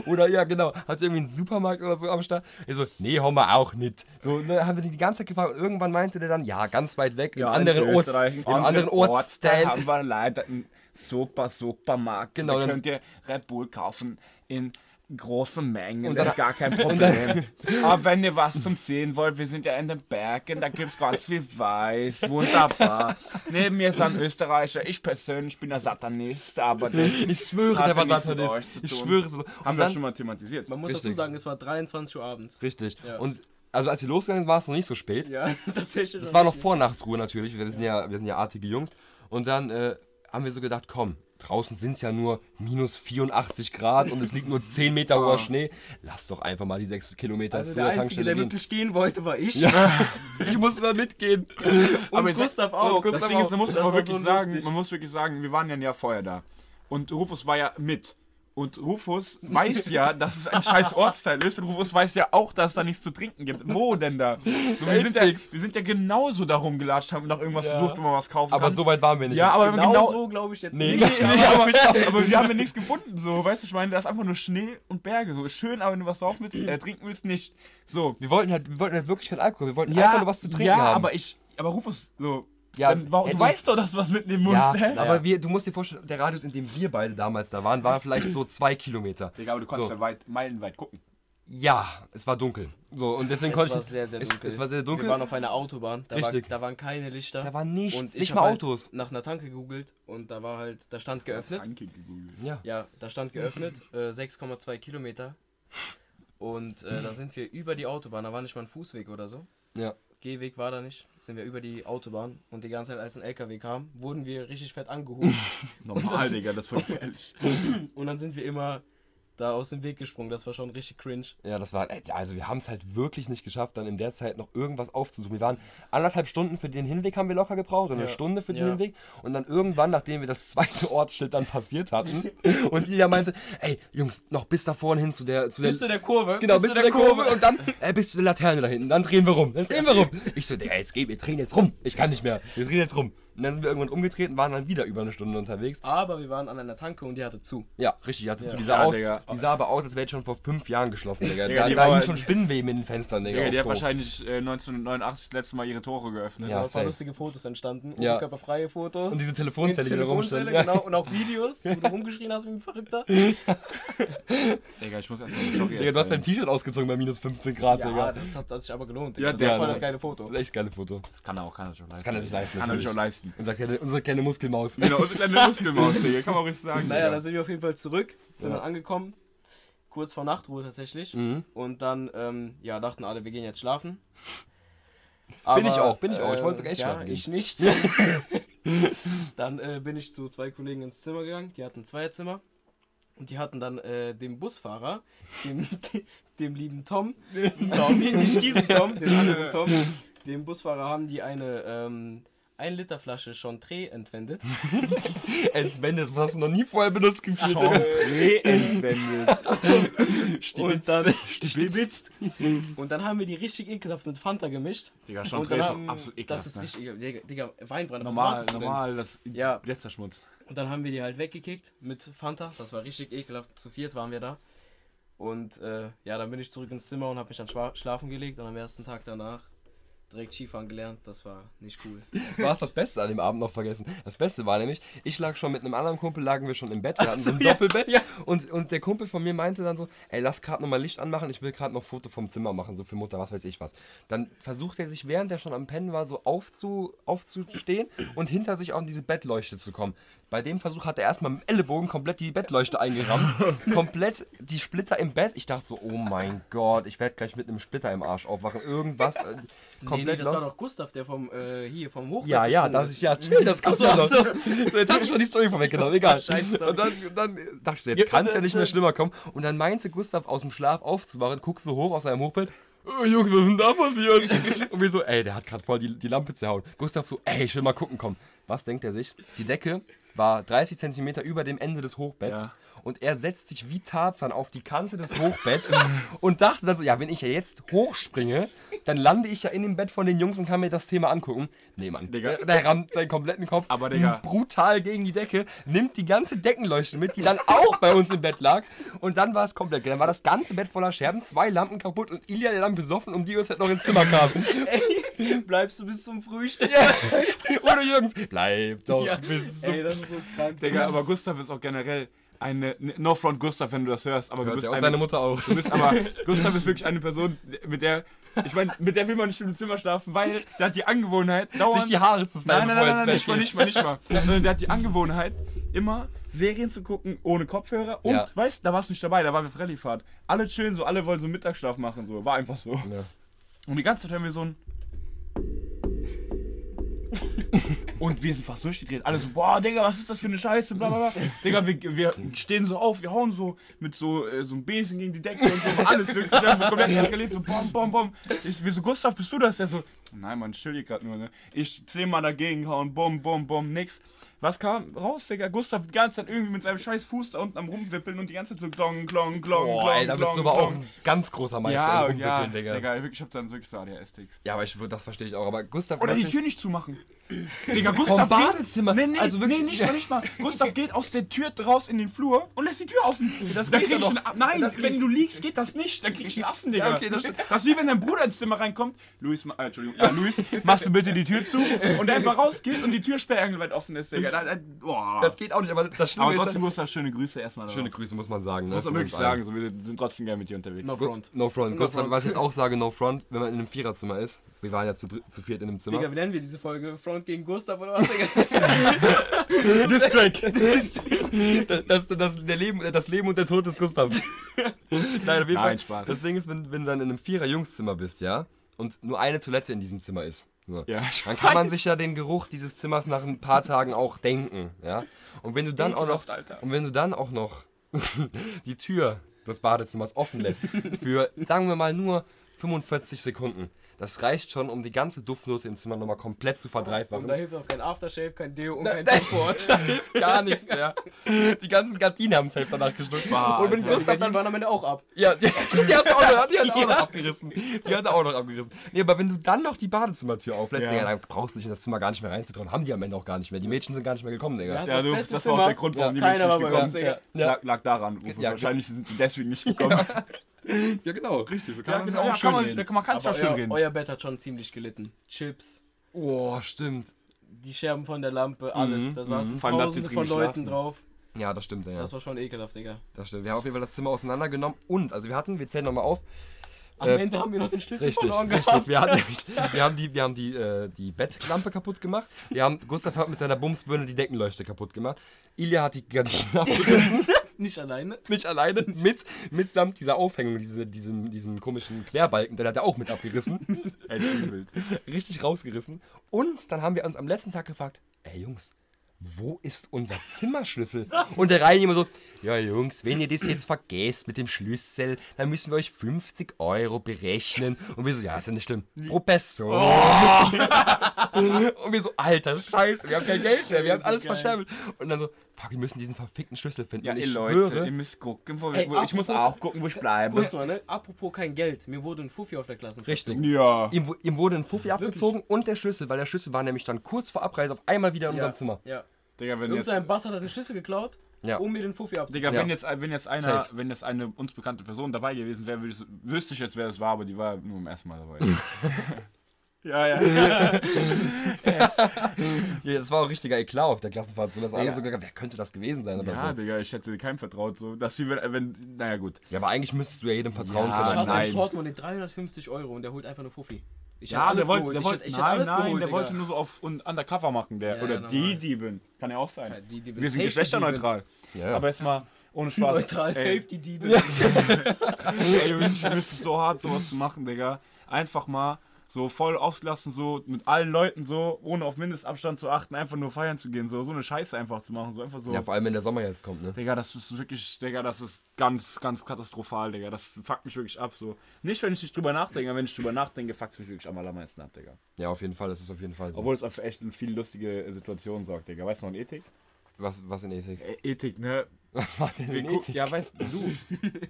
A: Oder ja, genau, habt ihr irgendwie einen Supermarkt oder so am Start? Er so, nee, haben wir auch nicht. So, dann haben wir den die ganze Zeit gefragt und irgendwann meinte der dann, ja, ganz weit weg, im anderen Ort, im anderen Ortsteil.
B: haben wir leider einen super, super Markt.
A: Genau,
B: da
A: dann-
B: könnt ihr Red Bull kaufen in großen Mengen.
A: Und dann-
B: das ist gar kein
A: und
B: Problem. Aber wenn ihr was zum Sehen wollt, wir sind ja in den Bergen, da gibt's ganz viel Weiß. Wunderbar. Neben mir ist ein Österreicher. Ich persönlich bin ein Satanist, aber das
A: Ich schwöre,
B: Hat
A: der
B: ja
A: war
B: nichts mit euch
A: Satanist.
B: zu
A: Ich
B: tun.
A: schwöre es. Und
B: haben wir
A: dann-
B: schon mal thematisiert.
D: Man muss
A: Richtig.
D: dazu sagen, es war 23 Uhr abends.
A: Richtig.
D: Ja.
A: Und also als wir losgegangen sind, war es noch nicht so spät.
D: Ja, tatsächlich.
A: Es war noch vor Nachtruhe natürlich, wir sind ja, wir sind ja artige Jungs. Und dann äh, haben wir so gedacht, komm, draußen sind es ja nur minus 84 Grad und es liegt nur 10 Meter hoher Schnee. Lass doch einfach mal die 6 Kilometer
D: Also
A: zu
D: der
A: der
D: Einzige,
A: Tankstelle
D: der
A: gehen.
D: wirklich gehen wollte, war ich.
A: Ich musste da mitgehen.
D: Und
B: Aber ich sag-
D: Gustav auch.
A: Gustav
B: Oh, Das Ding ist, man muss
D: Das
B: aber
D: war
B: wirklich
D: so
B: sagen,
D: lustig.
B: man muss wirklich sagen, wir waren ja ein Jahr vorher da. Und Rufus war ja mit. Und Rufus weiß ja, dass es ein scheiß Ortsteil ist. Und Rufus weiß ja auch, dass es da nichts zu trinken gibt. Wo denn da? So, wir, sind ja, wir sind ja genauso da rumgelatscht, haben nach irgendwas gesucht, wo man was kaufen
A: Aber
B: kann.
A: so weit waren wir nicht.
B: ja, aber
D: Genau,
B: genau,
D: so glaube ich jetzt
A: Nee,
D: nicht.
B: Nee, aber, aber wir haben ja nichts gefunden, so, weißt du, ich meine, da ist einfach nur Schnee und Berge, so, ist schön, aber wenn du was saufen willst, äh, trinken willst, nicht, so.
A: wir, wollten halt, wir wollten halt wirklich kein Alkohol, wir wollten einfach nur was zu trinken
B: ja,
A: haben.
B: aber ich, aber Rufus, so,
A: Ja,
B: dann, warum, du
A: hätte-
B: weißt ne? doch, dass du was mitnehmen musst,
A: ja,
B: hä?
A: aber wir, du musst dir vorstellen, der Radius, in dem wir beide damals da waren, war vielleicht so zwei Kilometer.
B: Digga, aber du konntest
A: So.
B: ja weit, meilenweit gucken.
A: Ja, es war dunkel. So, und deswegen
D: Es
A: konnte
D: war
A: ich.
D: sehr, sehr
A: es-
D: dunkel.
A: Es, war sehr
D: Wir
A: dunkel.
D: waren auf einer Autobahn. Da, war,
A: Richtig.
D: da waren keine Lichter.
A: da war nichts,
D: und ich
A: nicht
D: hab
A: mal
D: halt
A: Autos.
D: nach einer Tanke gegoogelt und da war halt, da stand geöffnet.
B: Danke, gegoogelt.
A: Ja.
D: Ja, da stand geöffnet, äh, 6,2 Kilometer. Und äh, da sind wir über die Autobahn, da war nicht mal ein Fußweg oder so.
A: Ja.
D: Gehweg war da nicht, sind wir über die Autobahn und die ganze Zeit, als ein LKW kam, wurden wir richtig fett angehoben.
B: Normal, Oh, Digga, das war gefährlich.
D: und dann sind wir immer da aus dem Weg gesprungen, das war schon richtig cringe.
A: Ja, das war, ey, also wir haben es halt wirklich nicht geschafft, dann in der Zeit noch irgendwas aufzusuchen. Wir waren anderthalb Stunden für den Hinweg haben wir locker gebraucht oder eine
D: Ja.
A: Stunde für den
D: Ja.
A: Hinweg und dann irgendwann, nachdem wir das zweite Ortsschild dann passiert hatten und Ilja meinte, ey Jungs, noch bis da vorne hin zu der, zu der,
C: Bist du der Kurve?
A: genau, bis
C: Bist
A: zu der Kurve, und dann äh, bis zu der Laterne da hinten, dann drehen wir rum, dann drehen wir rum. Ich so, Digga, jetzt geh, wir drehen jetzt rum, ich kann nicht mehr, wir drehen jetzt rum. Und dann sind wir irgendwann umgetreten, waren dann wieder über eine Stunde unterwegs.
D: Aber wir waren an einer Tanke und die hatte zu.
A: Ja, richtig, hatte zu, die
B: Ja,
A: sah, auch,
B: Digga.
A: die sah aber aus, als wäre die schon vor fünf Jahren geschlossen, Digga.
B: Digga,
A: da
B: die
A: da
B: war- halt
A: hingen schon Spinnenweben in den Fenstern, Digga.
B: Digga, die
A: auf
B: hat
A: Doof.
B: wahrscheinlich äh, 1989 das letzte Mal ihre Tore geöffnet.
A: Ja,
D: Da sind ein paar
A: safe.
D: lustige Fotos entstanden,
A: Ja.
D: oberkörperfreie Fotos.
A: Und diese Telefonzelle, die da rumstand.
D: Telefonzelle,
A: Ja.
D: genau, und auch Videos, wo du rumgeschrien hast wie ein Verrückter.
B: Digga, ich muss erstmal eine Story
A: Digga, du hast dein
B: erzählen.
A: T-Shirt ausgezogen bei minus 15 Grad,
D: Ja,
A: Digga.
D: das hat das sich aber gelohnt.
B: Ja,
D: Ja, das war voll
A: der-
D: das geile Foto.
A: Das ist echt geile Foto.
B: Das kann er auch, kann er sich auch leisten.
A: Kann er sich leisten,
B: Kann er sich auch leisten.
A: Unsere kleine, unsere kleine Muskelmaus.
B: Genau, unsere kleine Muskelmaus, Digga, kann man auch richtig sagen.
D: Naja,
B: Digga.
D: dann sind wir auf jeden Fall zurück, sind
A: Ja.
D: dann angekommen, kurz vor Nachtruhe tatsächlich.
A: Mhm.
D: Und dann, ähm, ja, dachten alle, wir gehen jetzt schlafen.
A: Bin ich auch, bin ich auch. Ich wollte sogar echt
D: ähm, Ja,
A: schlafen gehen.
D: ich nicht. dann äh, bin ich zu zwei Kollegen ins Zimmer gegangen. Die hatten zwei Zimmer. Und die hatten dann äh, dem Busfahrer, dem, dem lieben Tom, Tom, nicht diesen Tom, den anderen Tom, dem Busfahrer haben die eine ähm, 1 Liter Flasche Chantre entwendet.
A: Als wenn, das hast du noch nie vorher benutzt gefühlt.
B: Chantre entwendet.
D: und dann stibitzt. Und dann haben wir die richtig ekelhaft mit Fanta gemischt.
B: Digga,
D: Und
B: Chantre
D: dann
B: ist
D: haben-
B: auch absolut
D: Das
B: ekelhaft.
D: ist
B: ne?
D: richtig ekelhaft. Digga, Digga, Weinbrand. was
B: Normal,
D: magst du denn?
B: normal, das
D: Ja.
B: letzter Schmutz.
D: Und dann haben wir die halt weggekickt mit Fanta. Das war richtig ekelhaft. Zu viert waren wir da. Und äh, ja, dann bin ich zurück ins Zimmer und habe mich dann schwa- schlafen gelegt. Und am ersten Tag danach direkt Skifahren gelernt. Das war nicht cool.
A: war es das Beste an dem Abend noch vergessen. Das Beste war nämlich, ich lag schon mit einem anderen Kumpel, lagen wir schon im Bett, wir hatten so ein Doppelbett und, und der Kumpel von mir meinte dann so, ey, lass gerade nochmal Licht anmachen, ich will gerade noch Foto vom Zimmer machen, so für Mutter, was weiß ich was. Dann versucht er sich, während er schon am Pennen war, so aufzu, aufzustehen und hinter sich auch in diese Bettleuchte zu kommen. Bei dem Versuch hat er erstmal mit dem Ellenbogen komplett die Bettleuchte eingerammt, komplett die Splitter im Bett. Ich dachte so, oh mein Gott, ich werde gleich mit einem Splitter im Arsch aufwachen, irgendwas. äh,
D: Nee, nee,
A: Komplett
D: das
A: lost.
D: war doch Gustav, der vom äh, hier vom Hochbett
A: Ja, ja,
D: gesprungen
A: das ist ja chill, das kommt
D: so,
A: ja noch.
D: ach so.
A: Jetzt hast du schon die Story von weggenommen, egal.
D: Scheiße, sorry. äh,
A: und dann, dann dachte ich, so, jetzt kann es ja nicht mehr schlimmer kommen. Und dann meinte Gustav aus dem Schlaf aufzuwachen, guckt so hoch aus seinem Hochbett. Oh, Junge, was ist denn da passiert? Und wir so, ey, der hat gerade voll die, die Lampe zerhauen. Gustav so, ey, ich will mal gucken, komm. Was denkt er sich? Die Decke war 30 Zentimeter über dem Ende des Hochbetts.
B: Ja.
A: Und er setzt sich wie Tarzan auf die Kante des Hochbetts und dachte dann so, ja, wenn ich ja jetzt hochspringe, dann lande ich ja in dem Bett von den Jungs und kann mir das Thema angucken. Nee, Mann.
B: Digga.
A: Der, der rammt seinen kompletten Kopf
B: Aber, Digga.
A: brutal gegen die Decke, nimmt die ganze Deckenleuchte mit, die dann auch bei uns im Bett lag. Und dann war es komplett. Dann war das ganze Bett voller Scherben, zwei Lampen kaputt und Ilja, der dann besoffen, um die Uhrzeit noch ins Zimmer kam.
D: Bleibst du bis zum Frühstück?
A: Oder Jürgens, bleib doch
D: Ja.
A: bis zum
D: Ey, das ist so krank.
B: Digga, aber Gustav ist auch generell eine. ne, No front Gustav, wenn du das hörst, aber du
A: Hört
B: bist
A: ja auch
B: eine-
A: seine Mutter auch.
B: Du bist aber, Gustav ist wirklich eine Person, mit der, ich meine, mit der will man nicht im Zimmer schlafen, weil der hat die Angewohnheit, dauernd.
A: Sich die Haare zu
B: nein,
A: schneiden,
B: nein,
A: bevor
B: nein,
A: er
B: nein,
A: ins
B: nicht mal,
A: Bett
B: nicht mal, nicht mal. Sondern der hat die Angewohnheit, immer Serien zu gucken ohne Kopfhörer. Und,
A: Ja.
B: weißt da warst du nicht dabei, da waren wir Rallyfahrt. Alle chillen so, alle wollen so Mittagsschlaf machen, so. War einfach so.
A: geht. Ja.
B: Und die ganze Zeit hören wir so ein. Und wir sind fast durchgedreht. Alle so, boah, Digga, was ist das für eine Scheiße? Bla, bla, bla. Digga, wir, wir stehen so auf, wir hauen so mit so, äh, so einem Besen gegen die Decke und so. Alles wirklich wir haben so komplett eskaliert. So, bom, bom, bom. Ich, wir so, Gustav, bist du das? Der so, nein, Mann, chill hier grad nur, ne? Ich zehnmal dagegen hauen, bom, bom, bom, nix. Was kam raus, Digga? Gustav die ganze Zeit irgendwie mit seinem scheiß Fuß da unten am Rumwippeln und die ganze Zeit so klong, klong, klong,
A: Boah,
B: klong,
A: ey, da bist du
B: klong,
A: aber auch
B: klong.
A: ein ganz großer Meister im
B: Ja,
A: Rumwippeln,
B: ja, Digga. wirklich, ich hab dann wirklich so ADHS-Ticks.
A: Ja, aber ich, würd- das verstehe ich auch. Aber Gustav,
B: Oder die
A: wirklich-
B: Tür nicht zumachen. Digga,
A: vom
B: Gustav geht...
A: Badezimmer.
B: Nee, nee,
A: also wirklich,
B: nee, nicht, mal, nicht mal. Gustav geht aus der Tür raus in den Flur und lässt die Tür offen. Das dann
A: geht
B: krieg ich
A: doch.
B: einen Affen. Nein,
A: Das
B: wenn du liegst, geht das nicht. Dann krieg ich einen Affen, Digga.
A: Ja, okay, das stimmt.
B: das ist wie wenn dein Bruder ins Zimmer reinkommt. Luis, ma- äh, Entschuldigung, ja, Luis, machst du bitte die Tür zu und der einfach rausgeht und die Tür sperrangelweit offen ist, Digga. Da, da, boah.
A: Das geht auch nicht, aber das Schlimme
B: Aber
A: ist...
B: trotzdem, Gustav, schöne Grüße erstmal. darauf.
A: Schöne Grüße, muss man sagen. Ne?
B: Muss man
A: von
B: Also wirklich
A: uns allen.
B: sagen, so, wir sind trotzdem gerne mit dir unterwegs.
D: No
A: Gu-
D: front.
A: No front. Gustav,
D: front.
A: was ich jetzt auch sage, no front, wenn man in einem Viererzimmer ist. Wir waren ja zu, dr- zu viert in einem Zimmer.
D: Digga, wie nennen wir diese Folge? Front gegen Gustav oder was, Digga?
A: das, das, das, der Leben, das Leben und der Tod des Gustav. Nein, auf jeden
B: Nein,
A: Fall.
B: Spaß.
A: Das Ding ist, wenn, wenn du dann in einem Vierer-Jungszimmer bist, ja, und nur eine Toilette in diesem Zimmer ist. Nur.
B: Ja, ich
A: Dann kann man sich ja den Geruch dieses Zimmers nach ein paar Tagen auch denken, ja. Und wenn du dann auch noch,
B: Ekelhaft, Alter.
A: und wenn du dann auch noch die Tür des Badezimmers offen lässt für, sagen wir mal nur 45 Sekunden, das reicht schon, um die ganze Duftnote im Zimmer nochmal komplett zu verdreifachen.
D: Und da hilft auch kein Aftershave, kein Deo und kein Sport.
A: gar nichts mehr. Die ganzen Gardinen haben safe danach geschluckt.
B: Boah,
A: und wenn
B: Alter.
A: Gustav dann.
D: waren am Ende auch ab.
A: Ja, die, die hast du auch noch, die hat auch noch abgerissen. Die hat er auch noch abgerissen. Nee, aber wenn du dann noch die Badezimmertür auflässt,
B: Ja.
A: Digga, dann brauchst du dich in das Zimmer gar nicht mehr reinzutrauen. Haben die am Ende auch gar nicht mehr. Die Mädchen sind gar nicht mehr gekommen, Digga.
B: Ja,
D: Das
B: du,
D: beste
B: das war auch der
D: Zimmer.
B: Grund, warum
A: Ja,
B: die Mädchen nicht
D: keiner war bei
B: gekommen
D: uns,
B: sind.
D: Digga.
B: Es Lag, lag daran. Wo
A: Ja,
B: wahrscheinlich sind die deswegen nicht gekommen.
A: Ja, genau. Richtig, so
B: Ja,
A: man das
B: genau, ja, kann man,
A: reden.
B: nicht- man kann es
D: Aber
B: auch schön
D: euer,
B: reden.
D: euer Bett hat schon ziemlich gelitten. Chips,
A: Boah, Oh, stimmt.
D: die Scherben von der Lampe, alles. da saßen
B: Mhm, Vor allem da habt ihr
D: tausende
B: drin
D: von Leuten
B: geschlafen.
D: drauf.
A: Ja, das stimmt, ja.
D: Das war schon ekelhaft, Digga.
A: Das stimmt. Wir haben auf jeden Fall das Zimmer auseinandergenommen und, also wir hatten, wir zählen nochmal auf,
D: Am
A: Äh,
D: Ende haben wir noch den Schlüssel
A: Richtig,
D: verloren
A: richtig.
D: gehabt.
A: Wir, hatten, nämlich- wir haben die, wir haben die, äh, die Bettlampe kaputt gemacht. Wir haben, Gustav hat mit seiner Bumsbirne die Deckenleuchte kaputt gemacht. Ilja hat die Gardinen abgerissen.
D: Nicht alleine.
A: Nicht alleine, mit, mitsamt dieser Aufhängung, diese, diesem, diesem komischen Querbalken, den hat er auch mit abgerissen.
B: Ey, übel.
A: richtig rausgerissen. Und dann haben wir uns am letzten Tag gefragt, ey Jungs, wo ist unser Zimmerschlüssel? Und der Reini immer so, ja Jungs, wenn ihr das jetzt vergesst mit dem Schlüssel, dann müssen wir euch 50 Euro berechnen. Und wir so, ja, ist ja nicht schlimm. Professor. Und wir so, alter Scheiße, wir haben kein Geld mehr, wir haben
D: so
A: alles
D: geil.
A: verscherbelt. Und dann so, fuck, wir müssen diesen verfickten Schlüssel finden.
B: Ja,
A: Und
B: ihr
A: ich
B: Leute,
A: schwöre,
B: ihr müsst gucken, wo,
D: Ey,
B: wo, ich muss
D: apropos-
B: auch gucken, wo ich bleibe.
D: Kurz mal, ne? Apropos kein Geld. Mir wurde ein Fuffi auf der Klasse.
A: richtig.
B: Ja.
A: Ihm, wu- ihm wurde ein Fuffi abgezogen und der Schlüssel, weil der Schlüssel war nämlich dann kurz vor Abreise auf einmal wieder in
D: Ja,
A: unserem Zimmer.
D: Ja.
B: Digga, wenn jetzt,
D: Irgendein Bastard hat den Schlüssel geklaut,
A: Ja.
D: um mir den Fuffi abzuziehen.
B: Digga,
A: Ja.
B: wenn, jetzt, wenn jetzt einer,
A: Safe.
B: wenn jetzt eine uns bekannte Person dabei gewesen wäre, würdest- wüsste ich jetzt, wer das war, aber die war nur im ersten Mal dabei.
A: Mhm.
B: ja, ja.
A: Ja, das war auch richtiger Eklat auf der Klassenfahrt. So, dass alle
B: Ja.
A: so gedacht, wer könnte das gewesen sein oder
B: Ja,
A: so.
B: Digga, ich hätte keinem vertraut, so, dass sie, wenn, wenn naja, gut.
A: Ja, aber eigentlich müsstest du ja jedem vertrauen
B: Ja,
D: Ich
A: können.
D: hatte
B: nein.
D: im Portemonnaie 350 Euro und der holt einfach nur Fuffi. Ich hab
B: Ja, der wollte,
D: geholt.
B: der
D: Ich
B: wollte,
D: hab- ich hab
B: nein,
D: alles
B: nein,
D: geholt,
B: der
D: Digga.
B: wollte nur so auf und undercover machen, der,
D: Ja,
B: oder
D: ja,
B: die
D: normal.
B: Dieben, kann ja auch sein.
D: Ja, die Dieben,
B: Wir sind
D: safe die
B: geschlechterneutral.
A: Ja, ja.
B: Aber jetzt mal, ohne Spaß.
D: Neutral,
B: Ey,
D: safe die Diebe.
B: Ey, ich es so hart, sowas zu machen, Digga. Einfach mal so voll ausgelassen, so mit allen Leuten so, ohne auf Mindestabstand zu achten, einfach nur feiern zu gehen, so, so eine Scheiße einfach zu machen, so einfach so.
A: Ja, vor allem, wenn der Sommer jetzt kommt, ne?
B: Digga, das ist wirklich, Digga, das ist ganz, ganz katastrophal, Digga. Das fuckt mich wirklich ab, so. Nicht, wenn ich nicht drüber nachdenke, aber wenn ich drüber nachdenke, fuckt mich wirklich am allermeisten ab, Digga.
A: Ja, auf jeden Fall, das ist auf jeden Fall so.
B: Obwohl es auch für echt viele lustige Situationen sorgt, Digga. Weißt du noch, in Ethik?
A: was, was in Ethik?
B: Ethik, ne?
A: Was war denn
B: Wir
A: in
B: gu-
A: Ethik?
B: Ja, weißt du.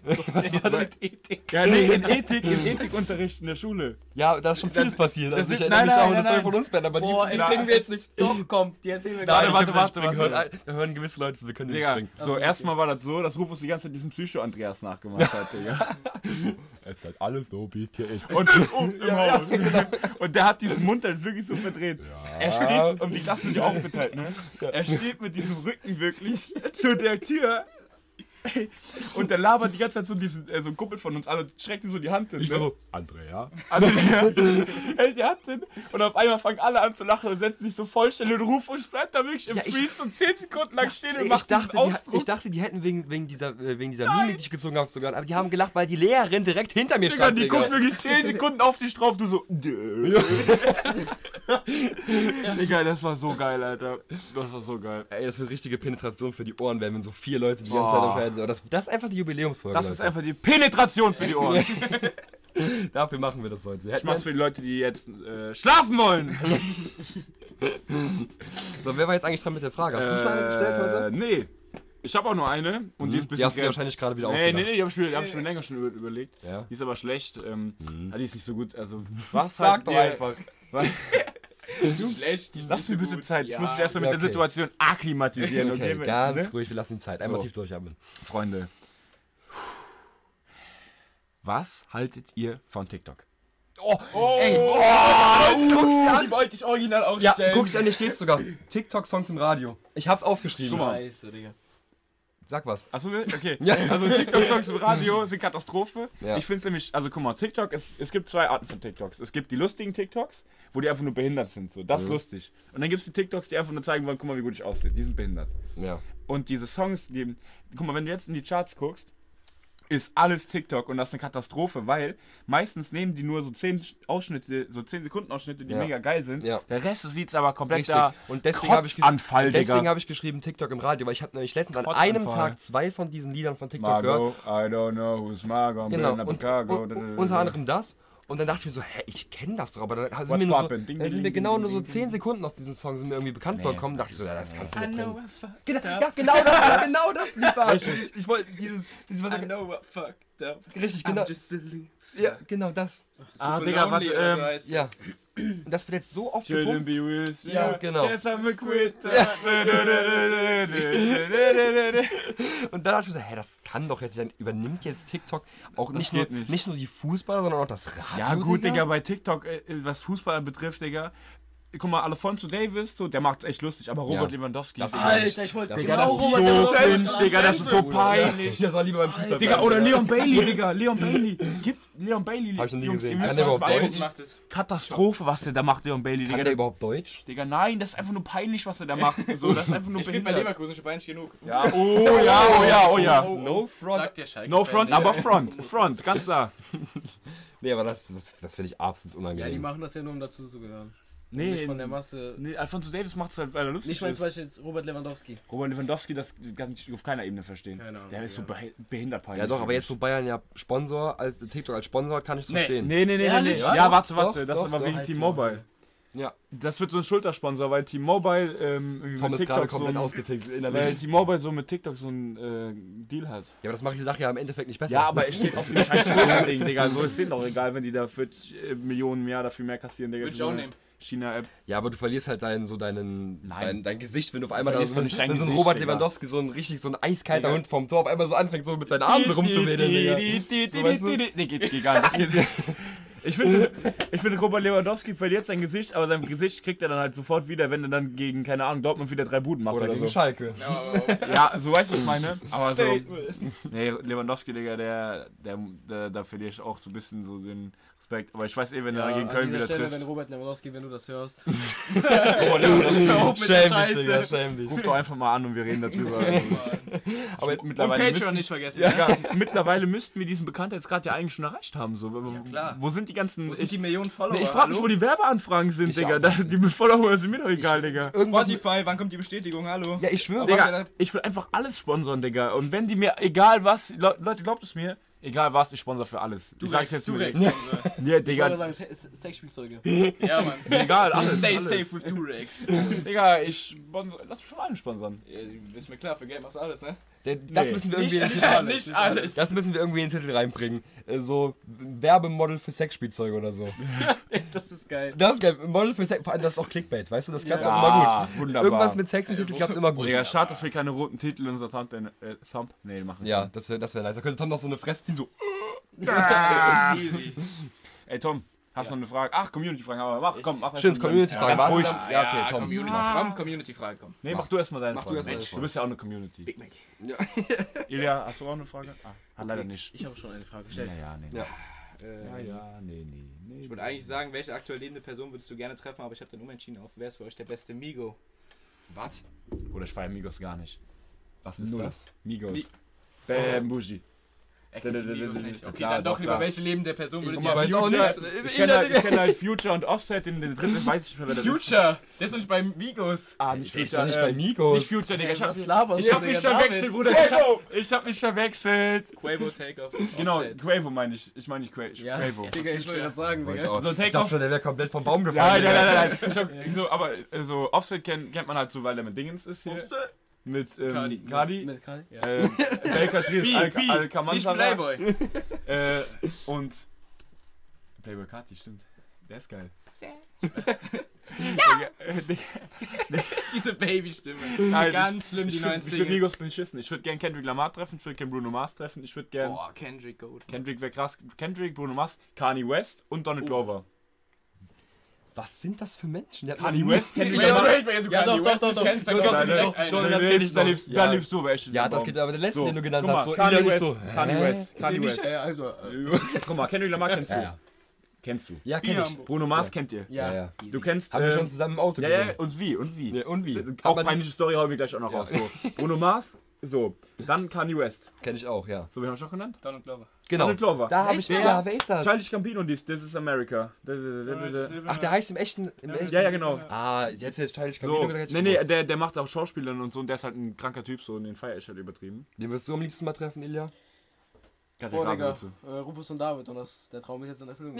D: Was war
B: denn
D: mit Ethik?
B: Ja, nee, in Ethik, im Ethikunterricht in der Schule.
A: Ja, da ist schon vieles passiert.
B: das
A: Also ich
B: sind-
A: erinnere
B: nein,
A: mich
B: nein,
A: auch, das
B: nein,
A: soll von uns werden, aber
D: Boah,
A: die...
D: jetzt singen wir jetzt nicht. Doch, komm, die erzählen wir
A: Nein,
D: gleich.
A: ich
B: warte,
A: kann
B: warte,
A: nicht springen.
B: warte.
A: Hören, da hören gewisse Leute, wir können nicht
B: Digga,
A: springen.
B: so erstmal war das so, dass Rufus die ganze Zeit diesen Psycho-Andreas nachgemacht hat, Digga.
A: Es ist halt alles so, wie es hier ist.
B: Und, im Haus. und der hat diesen Mund halt wirklich so verdreht. Er steht, um die Klasse sind ja aufgeteilt, ne? Er steht mit diesem Rücken wirklich zu der Tür. Und der labert die ganze Zeit so diesen, äh, so ein Kumpel von uns alle, schreckt ihm so die Hand hin.
A: Ich war
B: ne?
A: so, Andrea?
B: Also der hält die Hand hin und auf einmal fangen alle an zu lachen und setzen sich so vollständig und Rufus bleibt da wirklich im
A: Ja, ich-
B: Freeze so 10 Sekunden lang stehen und
A: Ich
B: macht
A: dachte,
B: diesen Ausdruck.
A: die, ich dachte, die hätten wegen, wegen dieser, äh, wegen dieser Mimik, die ich gezogen habe, sogar. Aber die haben gelacht, weil die Lehrerin direkt hinter mir
B: Digga,
A: stand.
B: die guckt wirklich 10 Sekunden auf dich drauf, du so. Digga, das war so geil, Alter. Das war so geil.
A: Ey, das wird richtige Penetration für die Ohren werden, wenn so vier Leute die ganze
B: Boah.
A: Zeit am Schneiden sind. Aber Das, das ist einfach die Jubiläumsfolge.
B: Das
A: Leute.
B: ist einfach die Penetration für die Ohren.
A: Dafür machen wir das heute. Wir
B: Ich
A: hätten
B: mach's für die Leute, die jetzt äh, schlafen wollen.
A: so, wer war jetzt eigentlich dran mit der Frage? Hast du schon eine
B: Äh,
A: gestellt heute?
B: Nee. Ich habe auch nur eine und die ist ein bisschen
A: Die hast du dir
B: gelb.
A: wahrscheinlich gerade wieder
B: Nee,
A: ausgedacht.
B: nee, nee, die habe ich, mir- die hab ich mir länger schon über- überlegt.
A: Ja.
B: Die ist aber schlecht. Ähm,
A: Hm.
B: ah, Die ist nicht so gut. Also, was
A: Sag
B: sagt
A: doch
B: ihr-
A: einfach.
B: Was-
C: Schlecht, die
B: Lass mir bitte Zeit. Ich muss mich erstmal
A: Ja,
B: mit der
A: okay.
B: Situation akklimatisieren.
A: Okay,
B: Okay,
A: ganz
B: ne?
A: ruhig, wir lassen die Zeit. Einmal
B: So.
A: tief durchatmen.
B: Freunde, was haltet ihr von TikTok?
A: Oh, ey,
B: oh,
A: guck's dir an.
C: Die wollte ich original auch
A: Ja,
C: stellen.
A: guck's dir an, hier steht's sogar. TikTok-Songs im Radio. Ich hab's aufgeschrieben.
B: Guck mal.
D: Scheiße, Digga.
A: Sag was.
B: Achso, okay.
A: Ja.
B: Also TikTok-Songs im Radio sind Katastrophe.
A: Ja.
B: Ich finde nämlich, also guck mal, TikTok, es, es gibt zwei Arten von TikToks. Es gibt die lustigen TikToks, wo die einfach nur behindert sind, so, das ist lustig. Und dann gibt es die TikToks, die einfach nur zeigen wollen, guck mal, wie gut ich aussehe, die sind behindert.
A: Ja.
B: Und diese Songs, die, guck mal, wenn du jetzt in die Charts guckst, ist alles TikTok und das ist eine Katastrophe, weil meistens nehmen die nur so 10 Ausschnitte, so 10 Sekunden Ausschnitte, die
A: Ja.
B: mega geil sind.
A: Ja.
B: Der Rest sieht aber komplett
A: Richtig.
B: da.
A: Und deswegen habe ich ge-
B: Kotzanfall,
A: Deswegen
B: Digga.
A: habe ich geschrieben TikTok im Radio, weil ich habe nämlich letztens an einem
B: Kotzanfall.
A: Tag zwei von diesen Liedern von TikTok gehört.
B: Margot, I don't know who's Margot,
A: Genau.
B: Brenda
A: Und,
B: Picago,
A: und,
B: da, da, da,
A: und,
B: da.
A: unter anderem das. Und dann dachte ich mir so, hä, ich kenne das doch, aber dann sind
B: What's
A: mir, nur so,
B: poppin'?
A: dann
B: Ding, ding,
A: sind mir
B: ding,
A: genau
B: ding,
A: nur so
B: ding,
A: 10 Sekunden aus diesem Song sind mir irgendwie bekannt vorgekommen. Dachte ich so, ja, das kannst du nicht bringen. Genau,
C: up.
A: ja, genau das, ja, genau das, lieber. Ich, ich wollte dieses, dieses was
C: I know what fucked up.
A: richtig, genau,
C: I'm just a loser.
A: ja, genau das.
B: Ah, Digga, was,
C: Lonely oder so
B: ähm,
C: heißt
A: Ja.
C: das.
A: Und das wird jetzt so oft
B: Shouldn't
A: gepumpt.
B: be with
A: Ja,
B: you.
A: genau.
B: Yes, I'm a quitter. Da, da, da, da, da, da, da, da.
A: Und dann dachte ich mir so, hä, das kann doch jetzt, nicht sein. übernimmt jetzt TikTok auch nicht nur,
B: geht nicht.
A: nicht nur die Fußballer, sondern auch das Radio.
B: Ja, gut, Digga, bei TikTok, äh, was Fußball äh, betrifft, Digga. guck mal, Alfonso Davis, so, der macht's echt lustig, aber Robert
A: Ja.
B: Lewandowski
A: Das
B: ist
A: ist
B: echt-
D: Alter, ich wollte
A: Das
D: genau
A: ist
B: so
D: Robert Lewandowski
B: cringe,
D: an
B: Digga, das
D: Scheiße.
B: ist so peinlich.
A: Ich soll lieber beim Fußball
B: Digga,
A: bleiben.
B: oder Leon Bailey, Digga. Leon Bailey. Gib Leon Bailey.
A: Hab ich noch nie
B: Jungs,
A: gesehen.
B: ihr
A: Kann
B: müsst
A: der
B: euch
A: überhaupt
B: mal
A: Deutsch?
B: angucken.
C: macht es.
B: Katastrophe, was der da macht, Leon Bailey, Digga.
A: Kann der überhaupt Deutsch?
B: Digga, nein, das ist einfach nur peinlich, was er da macht. So, das ist einfach nur
C: Ich bin bei
B: behindert.
C: Leverkusen schon peinlich genug.
B: Ja, oh ja, oh ja, oh ja.
A: No front.
C: Sagt der Schalke.
B: No front, aber front. Front, ganz klar.
A: Nee, aber das, das, das finde ich absolut
D: Ja, die
A: unangenehm.
D: machen das ja nur, um dazu zu gehören.
B: Nee,
D: nicht von der Masse.
B: Nee, Alfonso Davis macht's halt, weil er lustig
D: Nicht mal
B: ist.
D: zum Beispiel jetzt Robert Lewandowski.
B: Robert Lewandowski, das kann ich auf keiner Ebene verstehen.
D: Keine Ahnung,
B: der ist so
D: ja.
B: behi- behindert peinlich.
A: ja doch, aber jetzt, wo Bayern ja Sponsor, als TikTok als Sponsor hat, kann ich es verstehen.
B: Nee, nee, nee, nee, nee.
D: Ehrlich?
B: Ja,
A: Doch,
B: warte, warte.
A: doch,
B: das
A: doch,
B: ist aber
A: doch.
B: wegen T-Mobile.
A: Ja.
B: Das wird so ein Schultersponsor, weil T-Mobile ähm, irgendwie
A: Tom
B: mit
A: ist gerade
B: TikTok so
A: komplett
B: ein,
A: ausgetickt in der
B: weil
A: Welt.
B: T-Mobile so mit TikTok so einen äh, Deal hat.
A: Ja, aber das macht die Sache ja im Endeffekt nicht besser.
B: Ja, aber es steht auf dem scheiß Schulterding, Digga. So ist denen doch egal, wenn die da 40 äh, Millionen im Jahr dafür mehr kassieren, Digga.
C: Würde
B: für
C: ich
B: so
C: auch
B: eine
C: nehmen.
B: China-App.
A: Ja, aber du verlierst halt dein, so deinen,
B: Nein.
A: dein, dein Gesicht, wenn du auf einmal da so,
B: verlierst doch
A: wenn
B: nicht dein
A: so ein
B: Gesicht,
A: Robert
B: Digga.
A: Lewandowski so ein richtig so ein eiskalter
B: Digga.
A: Hund vom Tor auf einmal so anfängt, so mit seinen Armen so rumzuwedeln, Digga. So, weißt du?
B: Nee, geht, geht gar nicht. Das geht. Ich finde, ich finde, Robert Lewandowski verliert sein Gesicht, aber sein Gesicht kriegt er dann halt sofort wieder, wenn er dann gegen, keine Ahnung, Dortmund wieder drei Buden macht
A: Oder
B: oder,
A: gegen
B: so.
A: Schalke.
C: Ja, aber-
B: Ja, so weißt du, was ich meine. Aber so,
C: Statement.
B: nee, Lewandowski, Digga, der, der, der, da verliere ich auch so ein bisschen so den Respekt. Aber ich weiß eh, wenn er gegen
D: an
B: Köln
D: dieser
B: wieder
D: Stelle, wenn
B: trifft,
D: Robert Lewandowski, wenn du das hörst.
B: Robert Lewandowski,
C: Hör auf mit der
A: Schäm dich,
C: Scheiße.
A: Digga, schäm dich.
B: ruf doch einfach mal an und wir reden darüber. Also,
A: Aber
C: Und
B: mittlerweile
C: Patreon
B: müssen,
C: nicht vergessen.
B: ja, mittlerweile müssten wir diesen Bekanntheitsgrad ja eigentlich schon erreicht haben. So.
C: klar.
B: Wo sind die ganzen.
C: Wo sind
B: ich
C: die Millionen Follower?
B: nee, ich frage mich,
C: Hallo?
B: wo die Werbeanfragen sind,
A: Ich
B: Digga.
A: auch.
B: Da, die Follower sind mir doch egal, Digga.
A: irgendwas.
C: Spotify, wann kommt die Bestätigung? Hallo?
A: Ja, ich schwöre.
B: Digga, ich will einfach alles sponsern, Digga. Und wenn die mir, egal was, Le Leute, glaubt es mir, egal was, ich sponsor für alles. Du ich sag's jetzt
C: du
B: mir.
C: Rex.
B: Nee,
D: Ich wollte
B: Digga,
D: sagen, Se- Se- Sexspielzeuge.
C: Ja, Mann.
B: mir egal, alles.
C: Stay
B: alles.
C: safe with Durex.
B: Digga, ich sponsor, lass mich von allem sponsern.
C: Ja, ist mir klar, für Geld machst du alles, ne?
A: Der, das
B: Nee.
A: müssen wir irgendwie in den
C: nicht
A: Titel,
C: alles. Nicht alles.
A: das müssen wir irgendwie in den Titel reinbringen. Äh, So Werbemodel für Sexspielzeuge oder so.
D: Das ist geil.
A: Das ist geil. Model für Sex, vor allem das ist auch Clickbait, weißt du? Das klappt
D: Ja.
A: auch immer gut.
B: wunderbar.
A: Irgendwas mit Sex im Titel klappt immer gut.
B: Digga, schade, dass wir keine roten Titel in unser Thumbnail, äh, Thumbnail machen.
A: Ja, das wäre das wär nice. Da könnte Tom noch so eine Fresse ziehen, so.
C: Easy.
B: Ey, Tom, hast du noch eine Frage? Ach, Community-Fragen, aber mach, komm, mach
A: Stimmt, Community-Frage.
B: Ganz
A: Warte,
B: ruhig.
A: dann- Ja, okay, Tom.
C: Community, From Community-Frage kommen.
B: Nee, mach,
A: Mach.
B: du erstmal deine
A: Mach du
B: Frage.
A: erst mal deine
B: du bist ja auch eine Community.
C: Big Mac.
B: Ilja, hast du auch eine Frage? Ah, hat leider nicht.
D: Ich habe schon eine Frage gestellt.
B: Naja, nee.
A: Ja.
C: Äh,
B: Naja, nee, nee, nee.
C: Ich würde eigentlich sagen, welche aktuell lebende Person würdest du gerne treffen, aber ich habe den umentschieden auf, wer ist für euch der beste Migo?
A: Was?
B: Oder ich feiere Migos gar nicht.
A: Was ist
B: Null.
A: das?
B: Migos.
C: Mi- Oh.
B: Bam, Bougie.
C: Er
B: kennt die Migos nicht. Okay, dann doch über welche
C: lebende Person
A: würdet
C: ihr
A: ihr- Weiß auch nicht.
B: Ich kenne halt, ich kenn halt Future und Offset in den dritten, weiß ich nicht mehr, wer das ist.
C: Future! Der ist nicht bei Migos.
B: Ah, nicht
A: Ich bin
B: Future.
A: nicht
B: äh,
A: bei
B: Nicht
A: Migos.
B: Future, Digga. Ich hab,
D: was laberst
B: ich hab
D: du,
B: mich
D: Digga,
B: verwechselt,
D: David?
B: Bruder. Ich hab, ich hab mich verwechselt.
C: Quavo Takeoff.
B: Genau,
C: Offset.
B: Quavo meine ich. Ich meine nicht Quavo.
D: Ja,
B: Quavo.
D: Digga, ich wollte gerade sagen,
A: Wollte
D: Digga.
A: auch.
B: So,
A: Ich
B: Take-Off.
A: dachte schon, der wäre komplett vom Baum gefallen.
B: Nein, nein, nein, nein. nein. Ich hab, so, aber äh, so Offset kennt, kennt man halt so, weil der mit Dingens ist hier. Mit ähm,
C: Cardi.
B: Cardi. Cardi.
D: Mit Karl? Ja.
B: Äh, Baker Trius, Al-
C: Nicht
B: Alcamantara.
C: Playboy.
B: Äh, und Playboy Carti, stimmt. Der ist geil. Ja!
C: Diese Babystimme.
B: Nein,
C: Ganz schlimm, die
B: Ich
C: neuen
B: würde würd Migos
C: Singles.
B: beschissen. Ich würde gern Kendrick Lamar treffen, ich würde gern Bruno Mars treffen, ich würde gern.
C: Boah, Kendrick Gold.
B: Kendrick wäre krass. Kendrick, Bruno Mars, Kanye West und
A: Oh.
B: Donald Glover.
A: Was sind das für Menschen? Der hat
B: Kanye
A: noch nie-
B: West, Kendrick
A: Ja,
B: Lamar.
C: wenn du
D: Ja, doch, doch, doch, doch.
C: dann
A: Doch,
C: kommt
A: doch,
C: direkt
A: doch,
C: ein.
A: doch.
B: Da
A: das kenn ich
B: lebst, da
A: doch.
B: lebst,
A: Ja.
B: da lebst du aber echt in
A: Ja,
B: diesem
A: das
B: Raum.
A: geht aber der letzte,
B: So,
A: den du genannt
B: guck mal,
A: hast. So,
B: Kanye
A: Ilja nicht
B: West,
A: so.
B: Kanye
A: hä?
B: West, Kanye West.
D: Äh, also, äh,
B: Guck mal, Kendrick Lamar kennst
A: Ja,
B: du.
A: ja.
B: Kennst du.
A: Ja,
C: Bier
A: kenn
C: am
A: ich.
B: Bruno Mars kennt ihr.
A: Ja,
D: ja.
A: ja.
B: Du kennst.
A: Haben wir
B: äh,
A: schon zusammen im Auto
B: Ja,
A: gesungen.
B: ja, und wie, und wie.
A: Ja, und wie?
B: Auch
A: Aber
B: peinliche Story hauen wir gleich auch noch raus. So, Bruno Mars, so. Dann Kanye West.
A: Kenn ich auch, ja.
B: So, wie haben wir schon genannt?
C: Donald Glover.
A: Genau.
B: Donald Glover.
A: Da habe ich
B: Der
A: ja,
B: ist-
A: wer ist das?
B: Childish Gambino, dies, This is America. Da, da, da, da, da, da.
A: Ach, der heißt im echten. Im echten?
B: Ja, ja, genau.
A: Ah, jetzt jetzt Childish Gambino
B: So,
A: gesagt, hätte ich
B: nee, nee,
A: gewusst.
B: der, der macht auch Schauspielern und so und der ist halt ein kranker Typ, so und den feier ich halt übertrieben.
A: Den wirst du am liebsten mal treffen, Ilja.
B: Katja
D: Boah, Digga.
B: Graswitze.
D: Äh, Rufus und David und das, der Traum ist jetzt in Erfüllung.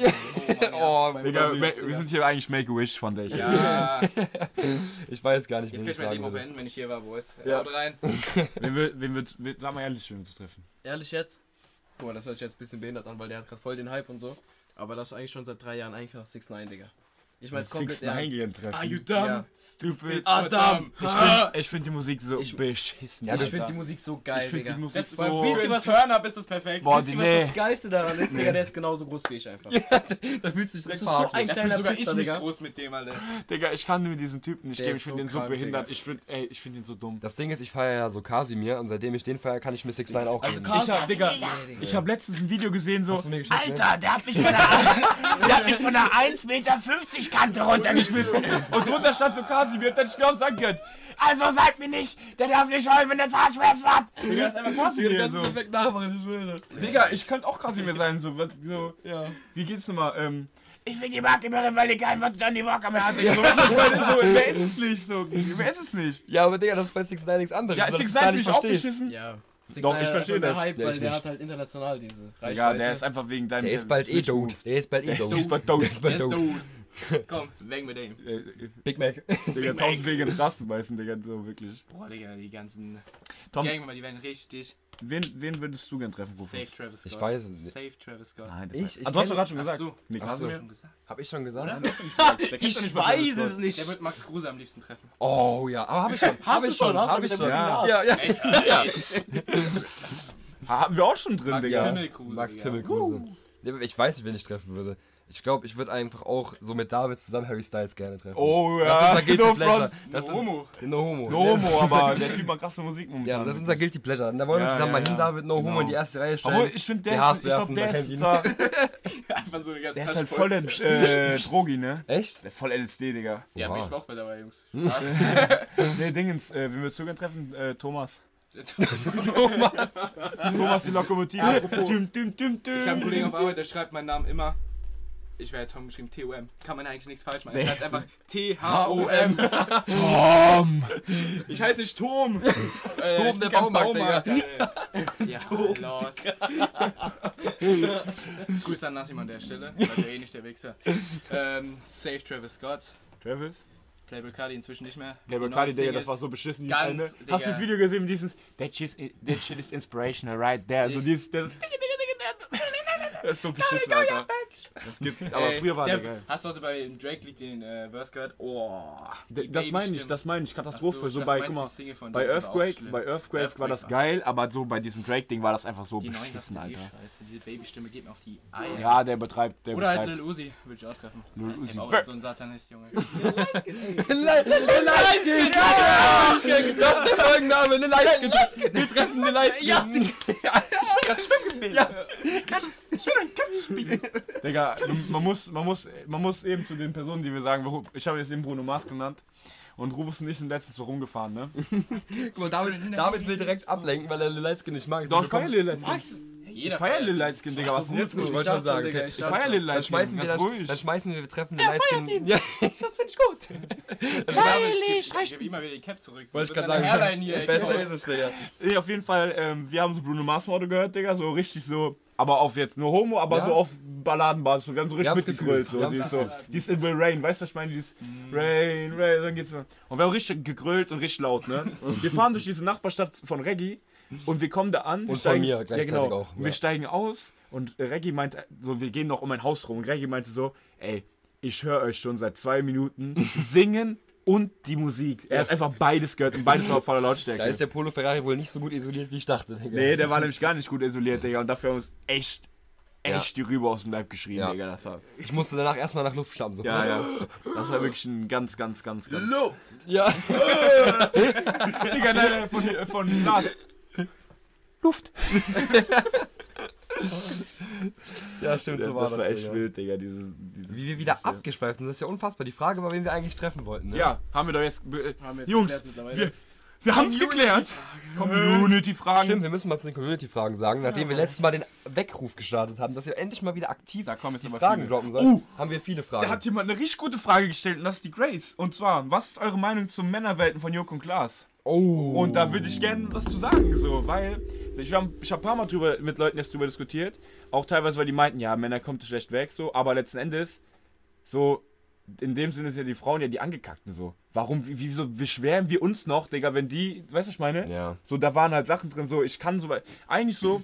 A: Oh,
D: Mein
B: Digga,
D: Bruder süß,
B: wir wir sind hier eigentlich Make-A-Wish Foundation.
C: Ja, jetzt
A: ich weiß gar nicht,
C: kann
A: wen
C: ich
A: ich
C: mein
A: sagen
C: Leben auch
A: würde.
C: beenden, wenn ich hier war, Boys.
A: Ja.
C: Haut rein.
B: Wen wir, wen wir, wen- sag mal ehrlich, wen wir zu treffen.
D: Ehrlich jetzt? Guck mal, das hört sich jetzt ein bisschen behindert an, weil der hat gerade voll den Hype und so. Aber das ist eigentlich schon seit drei Jahren einfach 6 9 Digga. Ich meine, es ist komplett
B: Sixten
D: ernst.
B: Heiligen treffen.
C: Are you dumb?
D: Ja.
B: Stupid.
D: Adam!
B: Ich
D: Ah!
B: find- Ich finde die Musik so
D: Ich-
B: beschissen.
A: Ja,
D: ich
A: das-
D: finde die Musik so geil,
B: Ich find
D: Digga.
B: die Musik
D: das,
B: so-
D: Wisst ihr, was, das-
C: Turn-Up ist das perfekt.
B: Boah,
D: wisst
B: die,
D: ihr, was
B: nee.
D: das Geilste daran ist, Digga? Der ist genauso groß wie ich
A: Da
D: einfach.
A: fühlst du dich
D: Das
A: direkt
D: ist so ein
A: verhaftet.
C: Da fühle
D: kleiner
C: sogar ich
D: Pisser,
C: mich
D: Digga.
C: groß mit dem, Alter.
B: Digga, ich kann mit diesen Typen nicht
D: Der
B: geben.
D: ist
B: Ich finde
D: so
B: den so
D: krank,
B: behindert.
D: Digga.
B: Ich finde, ey, ich finde ihn so dumm.
A: Das Ding ist, ich feiere ja so Kasimir und seitdem ich den feiere, kann ich mir 6 9 auch
D: Also
A: geben.
D: Kas-
B: Ich hab, Digga,
D: Nee, Digga.
B: ich hab letztens ein Video gesehen, so.
A: Hast du mir geschickt, ne?
B: der hat mich von der, der hat mich von der 1,50 Meter Kante runtergeschmissen. Und drunter stand so Kasimir, dann ich genau sagen können. Also sagt mir nicht, der darf nicht heulen, wenn der Zahnschmerzen hat. Digga, ist einfach Kasimir. So.
A: perfekt nachmachen, ich schwöre.
B: Digga, ich könnte auch Kasimir sein, so. was- so.
A: Ja.
B: Wie geht's nochmal? Ähm, ich will die Marktgeberin, weil die keinen von Johnny Walker mehr hat. Ich so, was ist das bei denn so? Wer ist es nicht? So, wer ist es nicht?
A: Ja, aber Digga, das ist bei 6 9 nichts anderes.
B: Ja,
A: weil
B: ist
A: du
B: die
A: das gar
B: Seite
A: nicht
B: mich auch
A: verstehst.
B: beschissen?
D: Ja.
B: Doch, ich verstehe
D: der
B: das.
D: Hype,
A: Ja,
D: weil
A: ich
D: der
A: nicht.
D: hat halt international diese Reichweite.
B: Ja, der ist einfach wegen deinem.
A: Der ist bald eh tot. Der ist bald eh
B: Der
A: tot.
B: ist bald tot.
A: Der ist bald
D: Der ist
A: tot.
C: Komm, weg mit dem.
B: Äh, äh,
A: Big Mac.
B: Digga, tausend Wege ins Gras zu beißen, Digga, so wirklich.
C: Boah, Digga, die ganzen
B: Tom,
C: Gangmember, die werden richtig
B: wen, wen würdest du gern treffen,
C: safe
B: Rufus?
C: Travis Scott.
A: Ich weiß es nicht.
C: Safe Travis Scott.
B: Nein,
A: Ich-
B: der
A: ich
B: ich, du hast
A: kenn-
B: doch gerade schon
C: Ach
B: gesagt.
C: so.
B: Nee,
A: Ach
B: krass.
A: so.
B: Der
C: Schon gesagt.
A: Hab ich schon gesagt?
B: kennt doch nicht mal Travis Scott.
C: Der wird Max Kruse am liebsten treffen.
A: Oh ja, aber hab ich schon.
D: Hast du schon, hast du
A: hab
D: mit
A: ich
D: dem
A: schon.
B: Ja.
D: Original.
A: Ja, ja.
B: Ha- Haben wir auch schon drin,
C: Max
B: Digga.
A: Kruse.
C: Himmel Kruse.
A: Max
C: Digga.
A: Timmel Kruse. Nee, aber Ich weiß nicht, wen ich treffen würde. Ich glaube, ich würde einfach auch so mit David zusammen Harry Styles gerne treffen.
B: Oh ja,
A: das ist unser Guilty
B: no
A: Pleasure.
B: front.
A: Das
C: No
A: ist-
C: homo.
A: No Homo.
B: No homo, aber der Typ macht krasse Musik momentan.
A: Ja, das ist unser
B: wirklich.
A: Guilty Pleasure. Da wollen wir
B: Ja,
A: uns dann
B: ja,
A: mal
B: ja.
A: hin, David, No Homo
B: Genau.
A: in die erste Reihe stellen.
B: Obwohl, ich finde,
A: Die
B: der,
A: Haars
B: ist- ich glaub,
A: werfen,
B: der
A: man
B: ist
A: kennt ihn.
B: zwar,
C: Einfach so eine ganze
B: Der ist
C: Tasche
B: halt voll der äh, Drogi, ne?
A: Echt?
B: Der ist voll LSD, Digga.
C: Ja, bin ich
A: Wow.
C: auch bei dabei, Jungs.
B: Nee, Dingens, äh, wenn wir Zögern treffen, äh, Thomas.
C: ich
A: Thomas.
B: Thomas die Lokomotive. düm, düm, düm, düm.
C: habe einen Kollegen auf Arbeit, der schreibt meinen Namen immer. Ich werde Tom geschrieben, T-O-M. Kann man eigentlich nichts falsch machen. Er schreibt einfach T-H-O-M.
B: Tom!
C: Ich heiße nicht Tom. Äh, ich
A: der
C: bin kein
A: Baumarkt,
C: Alter. Ja, lost. Grüße an Nassim an der Stelle. Weil der eh nicht der Wichser. Ähm, safe Travis Scott.
B: Travis?
C: Playboy Cardi inzwischen nicht mehr.
B: Der
C: Die
B: Bacardi,
C: neuen
B: Digga,
C: Singles.
B: das war so beschissen. dieses
C: Genau, Ganz,
B: eine.
C: Digga.
B: Hast du das Video gesehen mit dieses That shit, that shit is inspirational right there. So dieses, der, das ist so beschissen, Alter. Das gibt, aber
C: Ey,
B: früher war der,
C: der
B: geil.
C: Hast du heute bei dem Drake Lied den äh, Verse gehört? Oh.
B: D- Das meine ich, das meine ich. Katastrophe. so bei, guck mal, bei Earthquake, bei Earthquake, war das geil, aber so bei diesem Drake-Ding war das einfach so
C: Die neuen eh
B: beschissen, Alter.
C: Scheiße, diese Babystimme geht mir auf die Eier.
B: Ja, der betreibt, der
C: Oder halt
B: betreibt.
C: Lil Uzi, würde ich auch treffen.
B: Lil
C: Der ist
B: Uzi.
C: ja
B: Ver-
C: auch so ein Satanist, Junge.
A: Das ist der Folgenname. Lil Eichkind. Wir treffen Lil Eichkind.
B: Digga, du- man muss, man, muss, man muss eben zu den Personen, die wir sagen, wir ru- ich habe jetzt eben Bruno Mars genannt und Rufus und ich sind letztens so rumgefahren, ne?
A: Guck mal, David, David will direkt ablenken, weil er Lil Eichkind nicht mag.
B: Doch, ich
A: komm,
B: feier Lil Lightskin. Ich
C: Jeder
B: feier Lil Lightskin, Digga, was ist denn jetzt
A: Ich
B: los?
A: wollte schon sagen, okay.
B: Ich feier Lil
A: Dann schmeißen wir,
B: Lightskin, ganz
A: dann, dann
B: ruhig.
A: schmeißen wir, wir treffen Lil Eichkind. Ja,
D: Das finde ich gut.
C: Ich gebe immer wieder die Cap zurück. sonst
A: wollte ich gerade
C: wird deine
A: sagen.
C: Hairline hier, ey,
A: Besser
C: Jungs.
A: ist es, Digga.
B: Nee, auf jeden Fall, ähm, wir haben so Bruno Mars Morde gehört, Digga, so richtig so, aber auf jetzt nur Homo, aber
A: Ja.
B: so auf Balladenbasis, so, wir haben so richtig
A: haben's
B: mitgegrölt, so,
A: gefühlt, wir
B: die ist
A: haben's Mhm.
B: so, die ist in the Rain, weißt du, was ich meine, die ist Rain, Rain, dann geht's mal. Und wir haben richtig gegrölt und richtig laut, ne? Wir fahren durch diese Nachbarstadt von Reggie und wir kommen da an. wir
A: von mir gleichzeitig
B: ja, genau,
A: auch,
B: Und wir
A: ja.
B: steigen aus und Reggie meint, so, wir gehen noch um ein Haus rum und Reggie meinte so, ey, ich höre euch schon seit zwei Minuten singen und die Musik. Er hat einfach beides gehört und beides war auf voller Lautstärke.
A: Da ist der Polo Ferrari wohl nicht so gut isoliert, wie ich dachte, Digga.
B: Nee, der war nämlich gar nicht gut isoliert, Digga. Und dafür haben uns echt, echt die Rübe aus dem Leib geschrien,
A: Ja.
B: Digga. Das war,
A: Ich musste danach erstmal nach Luft schnappen. So.
B: ja, ja. Das war wirklich ein ganz, ganz, ganz, ganz. Low.
A: ja.
B: Digga, nein, nein, von, äh, von Lars. Luft.
A: Ja, stimmt, so war das.
B: das war echt
A: Digga.
B: wild, Digga. Dieses, dieses,
A: Wie wir wieder abgeschweift sind, das ist ja unfassbar. Die Frage war, wen wir eigentlich treffen wollten. Ne?
B: Ja, haben wir doch jetzt. Be
D: Haben wir jetzt
B: Jungs,
D: geklärt mittlerweile.
B: wir, wir haben es geklärt. Community-Fragen.
A: Stimmt, wir müssen mal zu den Community-Fragen sagen. Nachdem wir letztes Mal den Weckruf gestartet haben, dass wir endlich mal wieder aktiv
B: Da kommen jetzt
A: die
B: aber
A: Fragen
B: viele.
A: droppen sollen,
B: Uh!
A: haben wir viele
B: Da
A: Fragen.
B: hat jemand eine richtig gute Frage gestellt und das ist die Grace. Und zwar, was ist eure Meinung zu Männerwelten von Jörg und Klaas?
A: oh.
B: Und da würde ich gerne was zu sagen, so, weil ich habe ich hab ein paar Mal drüber, mit Leuten jetzt drüber diskutiert. Auch teilweise, weil die meinten, ja, Männer kommt schlecht weg, so, aber letzten Endes, so, in dem Sinne sind ja die Frauen ja die Angekackten, so. Warum, wie- wieso beschweren wir uns noch, Digga, wenn die, weißt du, was ich meine?
A: Ja.
B: So, da waren halt Sachen drin, so, ich kann so weit. Eigentlich so,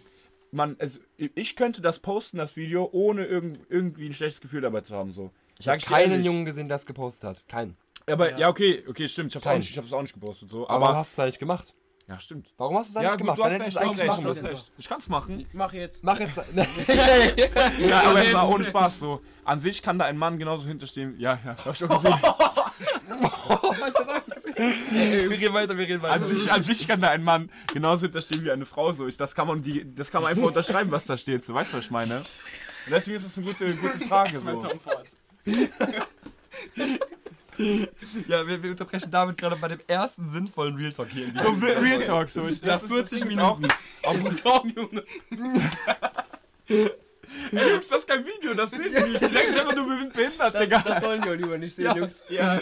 B: man, also, ich könnte das posten, das Video, ohne irgend, irgendwie ein schlechtes Gefühl dabei zu haben, so.
A: Ich
B: Sag
A: habe
B: ich dir
A: keinen
B: ehrlich.
A: Jungen gesehen, der es gepostet hat. Keinen.
B: Aber ja,
D: Ja.
B: okay, okay, stimmt. Ich hab's, auch
A: Kein.
B: nicht, ich hab's auch nicht gepostet. So.
A: Aber,
B: Aber,
A: hast es da nicht gemacht.
B: ja, stimmt.
A: Warum hast du es da
B: Ja,
A: nicht
B: gut,
A: gemacht?
B: du
A: Dann
B: hast
A: hättest
B: recht.
A: du es
B: Du hast
A: eigentlich
B: recht.
A: machen
B: Du hast
A: müssen.
B: recht. Ich kann's machen.
D: Mach jetzt.
A: Mach es da.
B: Ja, aber es war ohne Spaß so. An sich kann da ein Mann genauso hinterstehen. Ja, ja, hab ich auch gesehen.
A: wir reden weiter, wir reden weiter.
B: An sich, an sich kann da ein Mann genauso hinterstehen wie eine Frau. So. Ich, das, kann man, die, das kann man einfach unterschreiben, was da steht. So, weißt du, was ich meine? Und deswegen ist das eine gute, gute Frage. So.
A: Ja, wir, wir unterbrechen damit gerade bei dem ersten sinnvollen Real Talk hier in
B: So, Re- Real Talk. So. Ich,
A: Nach
B: das ist-
A: 40
B: das ist
A: Minuten.
B: Auch, auf dem Tom, Junge. Ey, Jungs, das ist kein Video, das seht ihr nicht. Ich denke einfach nur, wir sind behindert,
D: Das,
B: Digga.
D: das sollen wir lieber nicht sehen, Jungs.
B: Ja.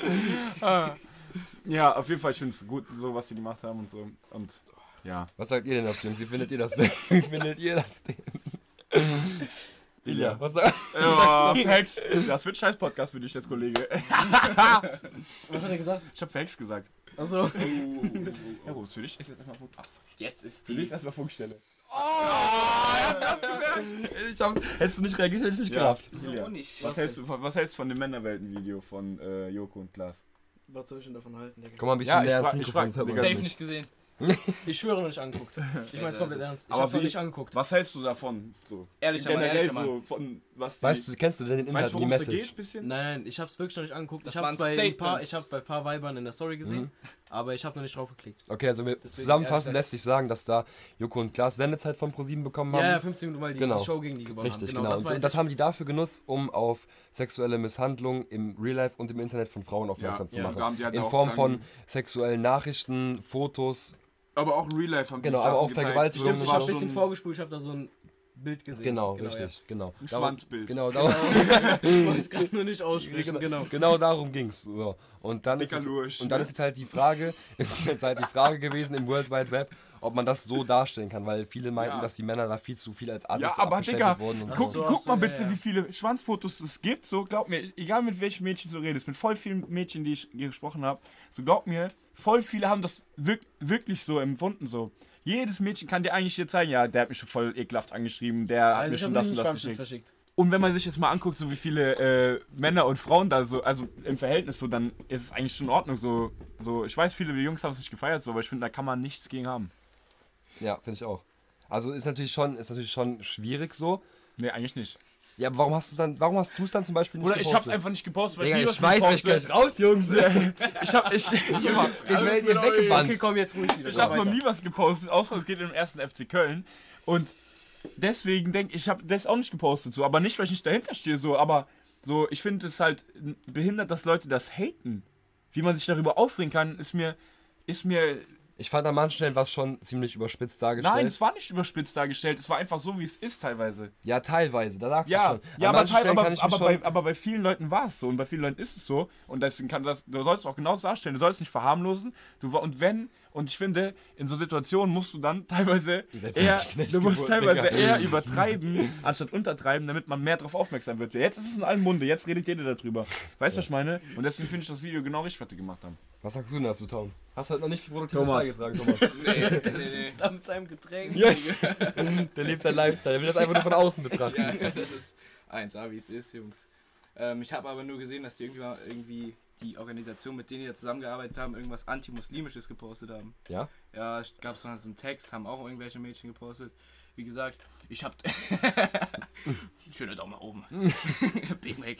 B: Ah. ja, auf jeden Fall, ich finde es gut, so was die gemacht haben und so. Und ja.
A: Was sagt ihr denn dazu, Jungs? Wie findet ihr das denn? Wie findet ihr das denn? Ilja, was sagt
B: Ja, Facts. Das wird ein scheiß Podcast für dich jetzt, Kollege.
D: Was hat er gesagt?
B: Ich hab Facts gesagt.
D: Also
B: Oh. Ja, Rufus, für dich ist jetzt erstmal Punkt. Ach,
C: Jetzt ist
B: du liest erstmal Funkstelle.
A: Ich hab's. Hättest du nicht reagiert, hätte ich nicht
B: Ja.
A: gerafft.
B: Ilja,
C: so nicht.
B: Was hältst, du, was hältst du von dem Männerwelten-Video von äh, Joko und Klaas?
D: Was soll ich denn davon halten, Digga?
A: Komm mal ein bisschen
B: Ja, ich
A: näher
B: frag-
A: ans
B: ich
A: Mikrofon,
B: frag-
A: das hört man
B: Digga.
A: sonst
C: Safe
B: nicht.
C: nicht gesehen.
D: Ich schwöre noch nicht angeguckt. Ich meine es komplett ernst. Ich
B: Aber
D: hab's noch
B: wie-
D: nicht angeguckt.
B: Was hältst du davon? So,
C: Ehrlicher Mann,
B: generell
C: ehrlicher
B: so
C: Mann.
B: von was die,
A: Weißt du, kennst du denn den Inhalt,
B: weißt du,
A: die
B: worum es da geht?
A: Message? Um
B: ein Bisschen?
D: Nein, nein, ich hab's wirklich noch nicht angeguckt.
C: Das
D: ich hab's
C: waren
D: bei ein, paar,
C: Statements.
D: ich hab bei ein paar Weibern in der Story gesehen, aber ich hab noch nicht drauf geklickt.
A: Okay, also wir
D: Deswegen,
A: zusammenfassend
D: ehrlich
A: lässt sich sagen, dass da Joko und Klaas Sendezeit von ProSieben bekommen haben.
D: Ja, ja, 15 Minuten, weil die,
A: Genau.
D: die Show gegen die gewonnen
A: Richtig,
D: haben.
A: genau.
D: das
A: und,
D: weiß
A: und das
D: ich.
A: haben die dafür genutzt, um auf sexuelle Misshandlung im Real Life und im Internet von Frauen aufmerksam zu
B: ja, da haben
A: machen.
B: die halt
A: In
B: auch
A: Form
B: dann-
A: von sexuellen Nachrichten, Fotos.
B: Aber auch Real Life haben
A: Genau,
B: die
A: aber
B: Sachen
A: auch
B: geteilt.
A: Vergewaltigung
B: Stimmt,
A: und
B: es
D: ich
B: war
D: hab
A: so.
D: ein bisschen
B: so ein-
D: vorgespult, ich hab da so ein Bild gesehen.
A: Genau, richtig, genau. Darum-
B: Ein Schwanzbild.
A: Genau, darum,
D: Ja. Ich wollte es gerade nur nicht aussprechen, genau.
A: genau darum ging's. So. Und dann, ist
B: Dicker
A: jetzt,
B: Lurch. ne?
A: und dann ist jetzt halt die Frage, ist jetzt halt die Frage gewesen im World Wide Web, ob man das so darstellen kann, weil viele meinten,
B: Ja.
A: dass die Männer da viel zu viel als Assis
B: Ja, aber
A: abgestempelt
B: Digga,
A: wurden und
B: guck,
A: so.
D: so,
B: guck
D: ach
B: mal
D: so, ja,
B: bitte,
D: ja.
B: wie viele Schwanzfotos es gibt. So, glaub mir, egal mit welchem Mädchen du redest, mit voll vielen Mädchen, die ich gesprochen habe, so glaub mir, voll viele haben das wirk wirklich so empfunden. So. Jedes Mädchen kann dir eigentlich hier zeigen, ja, der hat mich schon voll ekelhaft angeschrieben, der hat
D: Also
B: mir
D: ich hab
B: schon
D: noch
B: das und
D: nie ein
B: das
D: Schwammschild
B: geschickt.
D: verschickt.
B: Und wenn man sich jetzt mal anguckt, so wie viele äh, Männer und Frauen da so, also im Verhältnis so, dann ist es eigentlich schon in Ordnung. So, so ich weiß, viele Jungs haben es nicht gefeiert, so, aber ich finde, da kann man nichts gegen haben.
A: Ja, finde ich auch. Also ist natürlich schon, ist natürlich schon schwierig so.
B: Nee, eigentlich nicht.
A: Ja, aber warum hast du dann, warum hast du es dann zum Beispiel nicht
B: Oder ich hab's
A: gepostet?
B: einfach nicht gepostet, weil
A: Digga,
B: ich
A: ich,
B: nie
A: ich weiß,
B: was
A: wenn ich
B: gepostet-
A: gleich raus, Jungs.
B: Ich hab, ich,
A: Ich werde hier weggebannt.
D: Okay, komm, jetzt ruhig wieder.
B: ich hab
D: Weiter.
B: noch nie was gepostet, außer es geht im ersten FC Köln. Und deswegen denke ich, habe das auch nicht gepostet, so. Aber nicht, weil ich nicht dahinter stehe, so. Aber so, ich finde es halt behindert, dass Leute das haten. Wie man sich darüber aufregen kann, ist mir, ist mir,
A: Ich fand an manchen Stellen was schon ziemlich überspitzt dargestellt.
B: nein, es war nicht überspitzt dargestellt. Es war einfach so, wie es ist teilweise.
A: ja, teilweise, da lagst du
B: Ja,
A: schon.
B: ja
A: an
B: aber,
A: manchen
B: teil,
A: Stellen
B: aber,
A: kann ich mich
B: aber,
A: schon,
B: bei, aber bei vielen Leuten war es so und bei vielen Leuten ist es so und deswegen kann das, du sollst es auch genauso darstellen, du sollst es nicht verharmlosen du, wa- und wenn, und ich finde, in so Situationen musst du dann teilweise
A: seid so
B: eher,
A: richtig Knecht
B: du musst
A: geboren,
B: teilweise
A: Digga.
B: eher übertreiben, anstatt untertreiben, damit man mehr darauf aufmerksam wird. Jetzt ist es in allen Munde, jetzt redet jeder darüber. Weißt du, was ich meine? Und deswegen finde ich das Video genau richtig, was die gemacht haben.
A: Was sagst du denn dazu, Tom? Hast halt noch nicht viel Produktives
B: Thomas.
A: beigetragen, Thomas.
C: Nee, nee, nee.
D: Sitzt da mit seinem Getränk.
A: Ja, der lebt sein Lifestyle, der will das einfach nur von außen betrachten.
C: Ja, ja, das ist 1A, wie es ist, Jungs. Ähm, ich habe aber nur gesehen, dass die irgendwie, mal irgendwie die Organisation, mit denen die da zusammengearbeitet haben, irgendwas antimuslimisches gepostet haben.
A: Ja?
C: Ja, es gab so einen Text, haben auch irgendwelche Mädchen gepostet. Wie gesagt, ich hab. Schöne Daumen nach oben. Big Mac.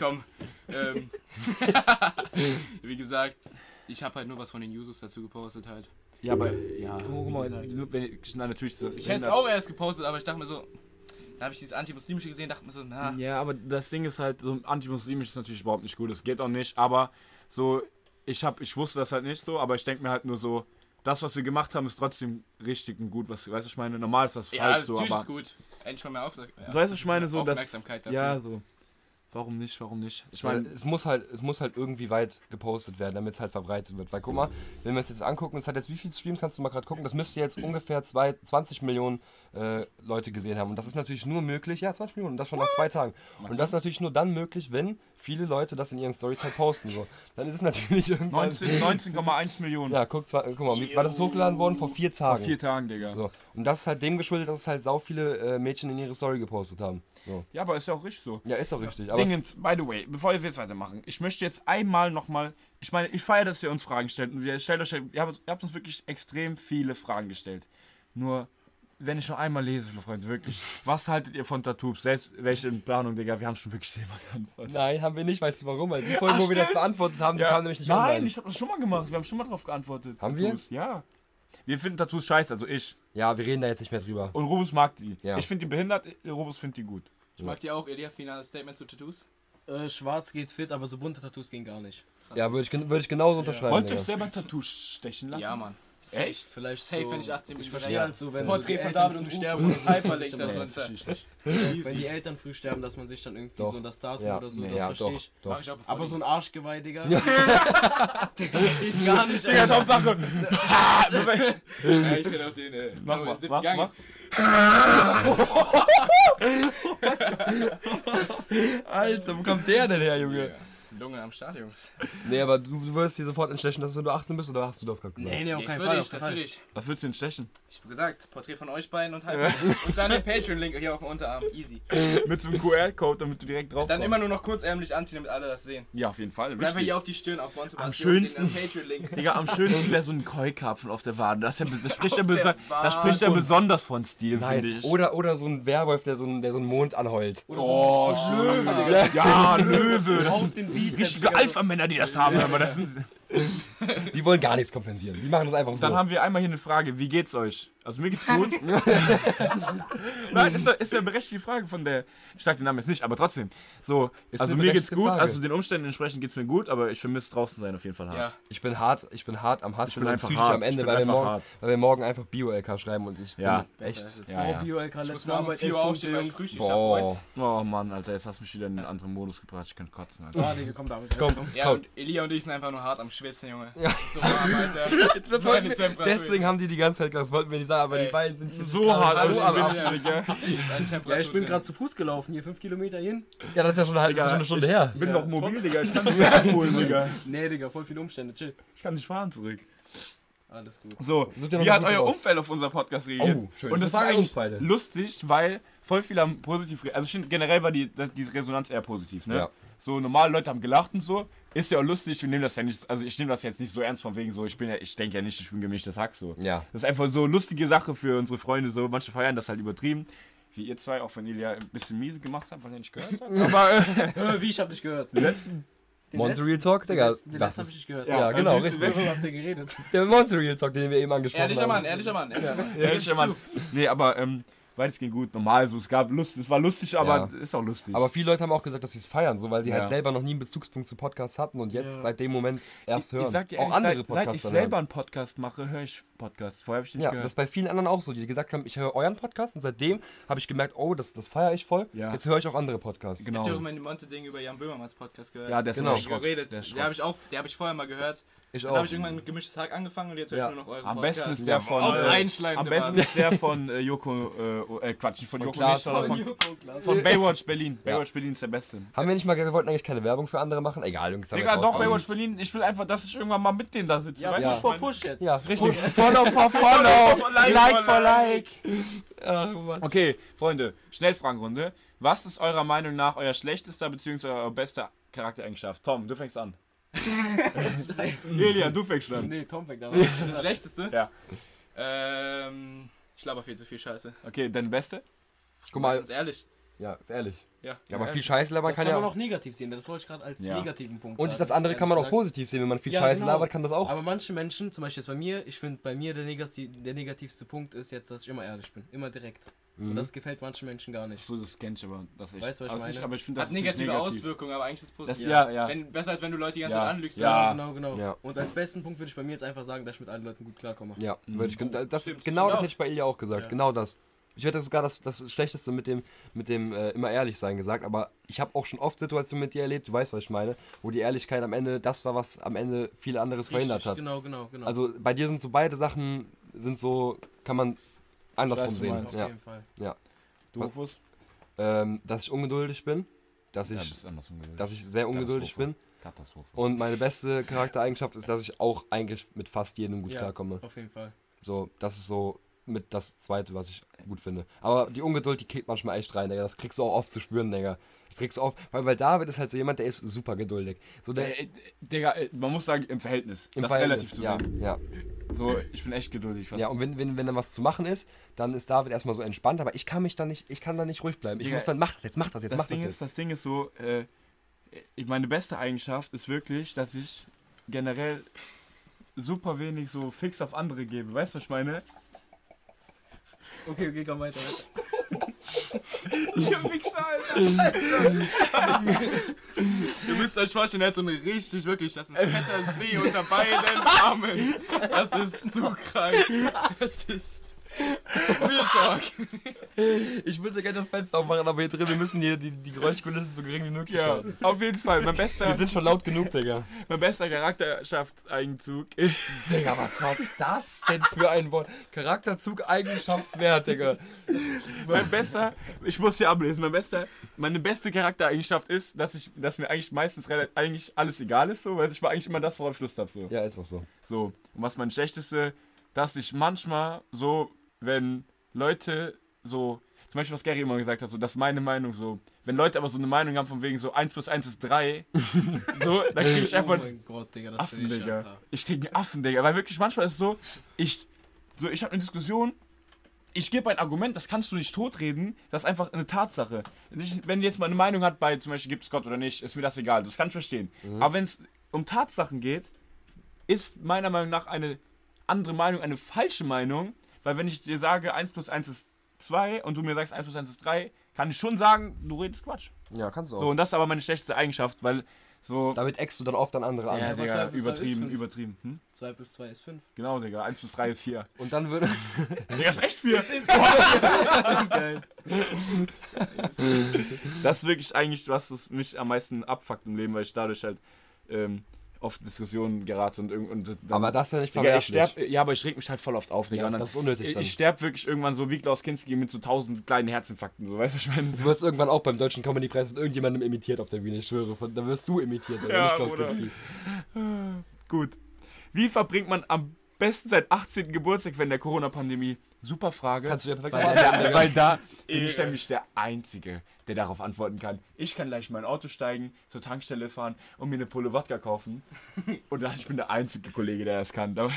C: Komm. Ähm, wie gesagt, ich habe halt nur was von den Users dazu gepostet halt.
B: Ja, aber, ja.
C: guck mal,
B: natürlich ist das
C: Ich hätte es auch erst gepostet, aber ich dachte mir so, da habe ich dieses antimuslimische gesehen, dachte mir so, na,
B: Ja, aber das Ding ist halt, so antimuslimisch ist natürlich überhaupt nicht gut, das geht auch nicht, aber so, ich hab, ich wusste das halt nicht so, aber ich denke mir halt nur so, das, was wir gemacht haben, ist trotzdem richtig und gut, was, weißt du, ich meine, normal also ist das falsch
C: Ja,
B: so,
C: natürlich
B: aber,
C: ist gut. Endlich mal mehr Aufmerksamkeit.
B: du weißt, was ich meine, so, dass,
C: Aufmerksamkeit dafür.
B: ja, so, warum nicht, warum nicht, ich
A: Weil
B: meine,
A: es muss halt, es muss halt irgendwie weit gepostet werden, damit es halt verbreitet wird. Weil guck mal, wenn wir es jetzt angucken, es hat jetzt wie viel Streams kannst du mal gerade gucken? Das müsste jetzt ungefähr zwei, 20 Millionen äh, Leute gesehen haben. Und das ist natürlich nur möglich, ja, 20 Millionen, und das schon nach zwei Tagen. Und das ist natürlich nur dann möglich, wenn viele Leute das in ihren Stories halt posten. So. Dann ist es natürlich irgendwann.
B: 19 19,1 Millionen,
A: Ja, guck, zwar- guck mal, wie- war das ist hochgeladen worden vor vier Tagen.
B: vor vier Tagen, Digga.
A: So. Und das ist halt dem geschuldet, dass es halt sau viele äh, Mädchen in ihre Story gepostet haben. So.
B: Ja, aber ist ja auch richtig so.
A: Ja, ist doch richtig. Aber
B: Übrigens, by the way, bevor wir jetzt weitermachen, ich möchte jetzt einmal nochmal, ich meine, ich feiere, dass ihr uns Fragen stellt. Und ihr, stellt euch, ihr, habt, uns- ihr habt uns wirklich extrem viele Fragen gestellt. Nur, wenn ich noch einmal lese, Freunde, wirklich, was haltet ihr von Tattoos? Selbst welche in Planung, Digga, wir haben schon wirklich jemanden geantwortet.
A: Nein, haben wir nicht. Weißt du warum? Weil die Folge,
B: Ach,
A: wo wir das
B: stimmt.
A: beantwortet haben, die
B: Ja.
A: kam nämlich nicht
B: Nein,
A: online.
B: ich habe das schon mal gemacht. Wir haben schon mal drauf geantwortet.
A: Haben wir?
B: Tattoos. wir? Ja. Wir finden Tattoos scheiße, also ich.
A: Ja, wir reden da jetzt nicht mehr drüber.
B: Und Rufus mag die.
A: Ja.
B: Ich finde die behindert, Rufus findet die gut.
C: Ich mag die auch, Elia, finales Statement zu Tattoos.
D: Äh, schwarz geht fit, aber so bunte Tattoos gehen gar nicht.
A: Ja, würde ich, gen- würde ich genauso unterschreiben.
B: Wollt ihr euch
A: Digga.
B: selber ein Tattoo stechen lassen?
C: Ja, Mann.
B: Echt?
D: Vielleicht
C: Safe,
D: so,
C: wenn ich 18 bin,
D: Ich
C: bin
D: verstehe
C: ich-
D: halt so, wenn so
C: Porträt
D: die
C: von
D: Eltern
C: David und
D: früh
C: Sterben
D: früh
C: oder so, Hyperlink
D: sind,
C: da
D: nee.
C: so.
B: Verstehe ich nicht.
D: Wenn die Eltern früh sterben, dass man sich dann irgendwie
A: Doch.
D: so das Datum
A: ja.
D: oder so,
A: Nee,
D: das
A: ja,
D: verstehe
A: doch,
D: ich.
A: doch.
C: ich auch, bevor
D: Aber
C: die-
D: so ein Arschgeweih, Digga, verstehe ich gar nicht.
B: Digga,
D: Alter.
B: Hauptsache.
C: Ja, ich bin auf den, äh,
B: Mach
C: aber
B: mal,
C: in siebten
B: mach,
C: Gang.
B: mach.
A: Alter, wo kommt der denn her, Junge?
C: Lunge am Start, Jungs.
A: Nee, aber du, du wirst dir sofort entschlechten, dass wenn du 18 bist, oder hast du das gerade gesagt?
D: Nee, nee, auf
C: Nee, das
D: keinen
C: würde
D: Fall.
C: ich,
D: auf keinen
C: das
D: Fall.
C: würde ich.
B: Was willst du denn stechen?
C: Ich hab gesagt, Porträt von euch beiden und halt. Und dann den Patreon-Link hier auf dem Unterarm. Easy.
B: Mit so einem QR-Code, damit du direkt drauf
C: Dann immer nur noch kurzärmlich anziehen, damit alle das sehen.
B: Ja, auf jeden Fall.
C: Bleib
B: Richtig.
C: hier auf die Stirn auf Monte
B: Am schönsten.
C: Patreon-Link.
B: Digga, am schönsten wäre so ein Keukarpfen auf der Wade. Das, ist ja, das spricht, ja besa-
C: der Wade.
B: das spricht ja besonders von Stil, finde
A: Nein,
B: ich.
A: oder, oder so ein Werwolf, der so einen, der so einen Mond anheult.
D: Oder
B: Oh,
D: so, so
B: schön.
D: Löwe, Digga.
B: Ja, ja, Löwe. Das
D: Auf
B: sind
D: den Beat.
B: richtige Alpha-Männer, die das haben. Aber das sind,
A: Die wollen gar nichts kompensieren. Die machen das einfach so.
B: dann haben wir einmal hier eine Frage. Wie geht's euch? Also mir geht's gut. Nein, ist ja ist ja eine berechtigte Frage von der... Ich sag den Namen jetzt nicht, aber trotzdem. So,
A: Ist
B: also
A: eine
B: mir geht's
A: berechtigte
B: gut.
A: Frage.
B: Also den Umständen entsprechend geht's mir gut. Aber ich vermisse draußen sein auf jeden Fall hart.
C: Ja,
A: ich bin hart, ich bin hart am
B: Ich
A: Hassen
B: bin
A: und
B: einfach
A: psychisch
B: hart,
A: am
B: ich
A: Ende,
B: bin
A: weil wir,
B: einfach
A: morgen,
B: hart.
A: weil wir morgen einfach Bio-LK schreiben und ich
B: Ja.
A: bin echt.
C: ist
B: Ja,
D: Oh,
B: ja.
D: BioLK,
C: Ich muss
D: letzte
C: morgen um
D: Arbeit,
C: 4
D: elf
C: Uhr
D: Punkte,
C: aufstehen, weil ich
D: Jungs.
C: Frühstück hab, Boys.
A: Boah.
B: Oh Mann, Alter, jetzt hast du mich wieder in einen anderen Modus gebracht. Ich kann kotzen, Alter.
D: Ah, Digga, komm, David.
A: Komm,
C: Ja,
A: komm.
C: und Elia und ich sind einfach nur hart am Schwitzen, Junge. Ja. So warm, Alter.
A: Das
C: So eine
A: wollten wir,
C: Temperatur.
A: deswegen haben die die ganze Zeit gesagt, das wollten wir nicht sagen, aber
C: Ey.
A: die beiden sind Also, hier
B: So
A: gerade
B: hart am
A: so am
B: Schwitzen,
A: Ab-
B: Digga.
C: Ist eine Temperatur
D: Ja, ich bin
C: drin.
D: gerade zu Fuß gelaufen, hier 5 Kilometer hin.
A: Ja, das ist ja schon, halt, das ist schon eine Stunde her.
B: Ich bin
D: Ja.
B: noch mobil, Digga. Ich kann mich abholen, Digga.
D: Nee, Digga, voll viele Umstände, chill.
B: Ich kann nicht fahren zurück.
D: Alles gut.
B: So,
A: Such dir noch
B: wie
A: eine
B: hat
A: gute
B: euer
A: raus.
B: Umfeld auf unseren Podcast reagiert?
A: Oh, schön.
B: Und das
A: Das
B: war
A: sagen
B: eigentlich
A: uns beide.
B: lustig, weil voll viele haben positiv reagiert. Also ich finde, generell war die, das, diese Resonanz eher positiv, ne?
A: Ja.
B: So, normale Leute haben gelacht und so. Ist ja auch lustig, wir nehmen das ja nicht, also ich nehme das jetzt nicht so ernst von wegen so, ich bin ja, ich denke ja nicht, ich bin gemischtes Hack so.
A: Ja.
B: Das ist einfach so eine lustige Sache für unsere Freunde. So, manche feiern das halt übertrieben. Wie ihr zwei auch von Ilya ein bisschen miese gemacht habt, weil ihr nicht gehört habt. Aber äh,
D: Äh, wie, ich hab dich gehört.
B: die letzten.
D: Den
A: Monte
D: letzten-
A: Real Talk, Digga.
D: Den letzten, den
A: Das
D: letzten hab ich
A: ist
D: nicht gehört.
A: Ja,
B: also
A: genau,
B: die letzten-
A: richtig.
D: Worüber habt ihr geredet?
A: der Monte Real Talk, den wir eben angesprochen
C: Ehrlicher
A: haben.
C: Mann, ehrlicher Mann. ehrlicher Mann.
B: Ehrlich, Mann. Nee, aber ähm, beides ging gut. Normal so. Es gab Lust. Es war lustig, aber
A: Ja.
B: ist auch lustig.
A: Aber viele Leute haben auch gesagt, dass sie es feiern, so weil sie
B: Ja.
A: halt selber noch nie einen Bezugspunkt zu Podcasts hatten und jetzt
D: Ja.
A: seit dem Moment erst hören.
B: ich sag dir
A: auch
B: ehrlich,
A: andere
B: seit, seit ich
A: Podcasts dann
B: selber einen Podcast mache, höre ich Podcasts. Vorher habe ich nicht
A: Ja, das
B: gehört.
A: ist bei vielen anderen auch so, die gesagt haben, ich höre euren Podcast und seitdem habe ich gemerkt, oh, das, das feiere ich voll.
B: Ja.
A: Jetzt höre ich auch andere Podcasts.
C: Ich hab dir auch
B: Genau.
C: immer in die Monte-Ding über Jan Böhmermanns Podcast gehört.
B: Ja, der ist
A: Genau.
B: immer
C: Ich hab
B: Schrott.
C: geredet.
B: Der
C: Der,
B: ist
C: der habe ich auch, der habe ich vorher mal gehört.
A: Ich
C: Dann
A: auch.
C: habe ich irgendwann mit gemischtes Hack angefangen und jetzt höre
A: Ja.
C: ich nur noch euren
B: Am
C: Podcast.
B: besten ist der von.
C: Auf
B: Äh,
C: einschleimen.
B: am besten ist der von äh, Joko. Äh, äh, Quatsch, nicht von, Joko
A: Klaas.
B: nicht, sondern von, von Baywatch Berlin. Baywatch Berlin ist der beste.
A: Haben wir nicht mal, wir wollten eigentlich keine Werbung für andere machen? Egal, Jungs. haben wir
B: Digga,
A: jetzt
B: doch,
A: rausgehauen.
B: Baywatch Berlin, ich will einfach, dass ich irgendwann mal mit denen da sitze.
D: Ja,
B: weißt
D: ja.
B: du,
D: push
B: ich
D: for
B: mein-
D: push jetzt.
A: Ja, richtig.
B: Follow for follow, like for like.
A: Ach, Mann.
B: Okay, Freunde, Schnellfragenrunde. Was ist eurer Meinung nach euer schlechtester bzw. euer bester Charaktereigenschaft? Tom, du fängst an. Elia, du fängst an.
D: Nee, Tom weg da.
C: Das schlechteste?
B: Ja.
C: Ähm, ich laber viel zu viel Scheiße.
B: Okay, dein Beste?
A: Guck mal,
C: Ganz ehrlich.
A: ja, ehrlich.
C: Ja.
A: Ja, aber viel Scheiße labern
D: Das
A: kann
D: kann,
A: ja
D: man
A: auch.
D: auch negativ sehen, das wollte ich gerade als
B: Ja.
D: negativen Punkt
A: Und
D: sagen,
A: das andere kann man auch
D: ehrlich
A: positiv sehen, wenn man viel
D: Ja,
A: Scheiße
D: genau.
A: labert, kann das
D: gesagt.
A: auch.
D: Aber manche Menschen, zum Beispiel jetzt bei mir, ich finde bei mir der, negati der negativste Punkt ist jetzt, dass ich immer ehrlich bin. Immer direkt.
A: Mhm.
D: Und das gefällt manchen Menschen gar nicht.
B: So, das kenn ich aber. Das echt.
D: Weißt du, was ich
B: aber das
D: meine?
B: Nicht, aber ich finde das
C: Hat
B: ist nicht
C: negative
B: negativ.
C: Auswirkungen, aber eigentlich ist es
B: Das,
C: positiv.
B: ja, ja.
C: Wenn, besser als wenn du Leute die ganze
B: Ja.
C: Zeit anlügst.
B: Ja.
D: Genau, genau.
A: Ja.
D: Und als besten Punkt würde ich bei mir jetzt einfach sagen, dass ich mit allen Leuten gut klarkomme.
A: Ja, würde ich, gen- das, genau
C: Stimmt,
A: das
C: stimmt auch.
A: hätte ich bei Ilja auch gesagt.
D: Ja.
A: Genau das. Ich hätte sogar das, das Schlechteste mit dem, mit dem äh, immer ehrlich sein gesagt, aber ich habe auch schon oft Situationen mit dir erlebt, du weißt, was ich meine, wo die Ehrlichkeit am Ende das war, was am Ende viel anderes verhindert
D: Richtig,
A: hat.
D: Genau, genau, genau.
A: Also bei dir sind so beide Sachen, sind so, kann man andersrum
B: was du
A: sehen.
B: meinst.
D: auf
A: Ja.
D: jeden Fall.
B: Du, Rufus?
A: Ähm, dass ich ungeduldig bin, dass ich,
B: andersrum gewesen.
A: dass ich sehr ungeduldig bin
B: Katastrophe. Katastrophe.
A: und meine beste Charaktereigenschaft ist, dass ich auch eigentlich mit fast jedem gut
D: Ja,
A: klarkomme.
D: Auf jeden Fall.
A: So, das ist so mit das zweite, was ich gut finde. Aber die Ungeduld, die kickt manchmal echt rein, Digga. Das kriegst du auch oft zu spüren, Digga. Das kriegst du auch, weil, weil David ist halt so jemand, der ist super geduldig. So der
B: Äh, Digga, äh, man muss sagen, im Verhältnis.
A: im
B: das ist
A: Verhältnis,
B: relativ zu
A: ja,
B: sagen.
A: ja.
B: So, ich bin echt geduldig. Was
A: Ja, und wenn, wenn, wenn dann was zu machen ist, dann ist David erstmal so entspannt, aber ich kann mich dann nicht, ich kann dann nicht ruhig bleiben. Ich
B: Digga,
A: muss dann, mach das jetzt, mach das jetzt,
B: das,
A: mach
B: Ding
A: das
B: ist,
A: jetzt.
B: das Ding ist so, äh, ich- meine beste Eigenschaft ist wirklich, dass ich generell super wenig so fix auf andere gebe. Weißt du, was ich meine?
D: Okay, okay, komm weiter. weiter.
B: Ihr Wichser, Alter.
C: Ihr müsst euch vorstellen, er hat so eine richtig, wirklich, das ist ein fetter See unter beiden Armen. Das ist zu krank. Das ist. Real Talk.
A: Ich würde gerne das Fenster aufmachen, aber hier drin, wir müssen hier die, die Geräuschkulisse so gering wie möglich
B: Ja,
A: halten.
B: auf jeden Fall. Mein
A: Wir
B: bester,
A: sind schon laut genug, Digga.
B: mein bester Charakterschaftseigenzug.
A: Digga, was war das denn für ein Wort? Charakterzug, Eigenschaftswert, Digga.
B: mein bester, ich muss hier ablesen, mein bester, meine beste Charaktereigenschaft ist, dass ich, dass mir eigentlich meistens rela- eigentlich alles egal ist, so, weil ich war eigentlich immer das, worauf ich Lust habe, so.
A: Ja, ist auch so.
B: So, und was mein schlechteste, dass ich manchmal so, wenn Leute so, zum Beispiel was Gary immer gesagt hat, so, dass meine Meinung so, wenn Leute aber so eine Meinung haben von wegen so 1 plus 1 ist 3, so, dann krieg ich
D: Oh
B: einfach
D: mein Gott, Digga, das
B: Affen,
D: bin ich,
B: Digga.
D: Alter.
B: Ich krieg einen Affen, Digga. Weil wirklich manchmal ist es so, ich, so, ich habe eine Diskussion, ich gebe ein Argument, das kannst du nicht totreden, das ist einfach eine Tatsache. Nicht, wenn die jetzt mal eine Meinung hat bei zum Beispiel gibt es Gott oder nicht, ist mir das egal, das kann ich verstehen.
D: Mhm.
B: Aber wenn es um Tatsachen geht, ist meiner Meinung nach eine andere Meinung eine falsche Meinung, weil wenn ich dir sage 1 plus 1 ist 2 und du mir sagst 1 plus 1 ist 3, kann ich schon sagen, du redest Quatsch.
A: Ja, kannst du auch.
D: Oh.
B: So, und das ist aber meine schlechteste Eigenschaft, weil so,
A: Damit eckst du dann oft dann andere an.
B: ja,
D: was war-
B: Digga,
D: was war
B: übertrieben,
D: halt- das für-
B: übertrieben. Hm?
D: 2 plus 2 ist 5.
B: Genau, Digga. 1 plus 3 ist 4.
A: Und dann würde.
B: Digga, ist echt 4.
D: Geil.
B: Das ist wirklich eigentlich, was es mich am meisten abfuckt im Leben, weil ich dadurch halt ähm, oft Diskussionen gerate und irgend- und dann,
A: Aber das ist ja nicht
B: Digga, ich
A: verwerflich.
B: sterb, Ja, aber ich reg mich halt voll oft auf, Digga.
A: Ja,
B: und dann,
A: das ist unnötig
B: ich
A: dann.
B: ich sterb wirklich irgendwann so wie Klaus Kinski mit so tausend kleinen Herzinfarkten, so, weißt du, was ich meine?
A: Du wirst irgendwann auch beim Deutschen Comedy Preis von irgendjemandem imitiert auf der Bühne, ich schwöre. Von, dann wirst du imitiert, Alter,
B: Ja,
A: nicht Klaus
B: Bruder.
A: Kinski.
B: Gut. Wie verbringt man am besten seinen 18. Geburtstag während der Corona-Pandemie? Super Frage.
A: Kannst du ja perfekt
B: weil,
A: beantworten,
B: da,
A: Digga.
B: weil da bin ich nämlich der Einzige, der darauf antworten kann. Ich kann gleich in mein Auto steigen, zur Tankstelle fahren und mir eine Pulle Wodka kaufen. Und da- ich bin der einzige Kollege, der das kann. Da-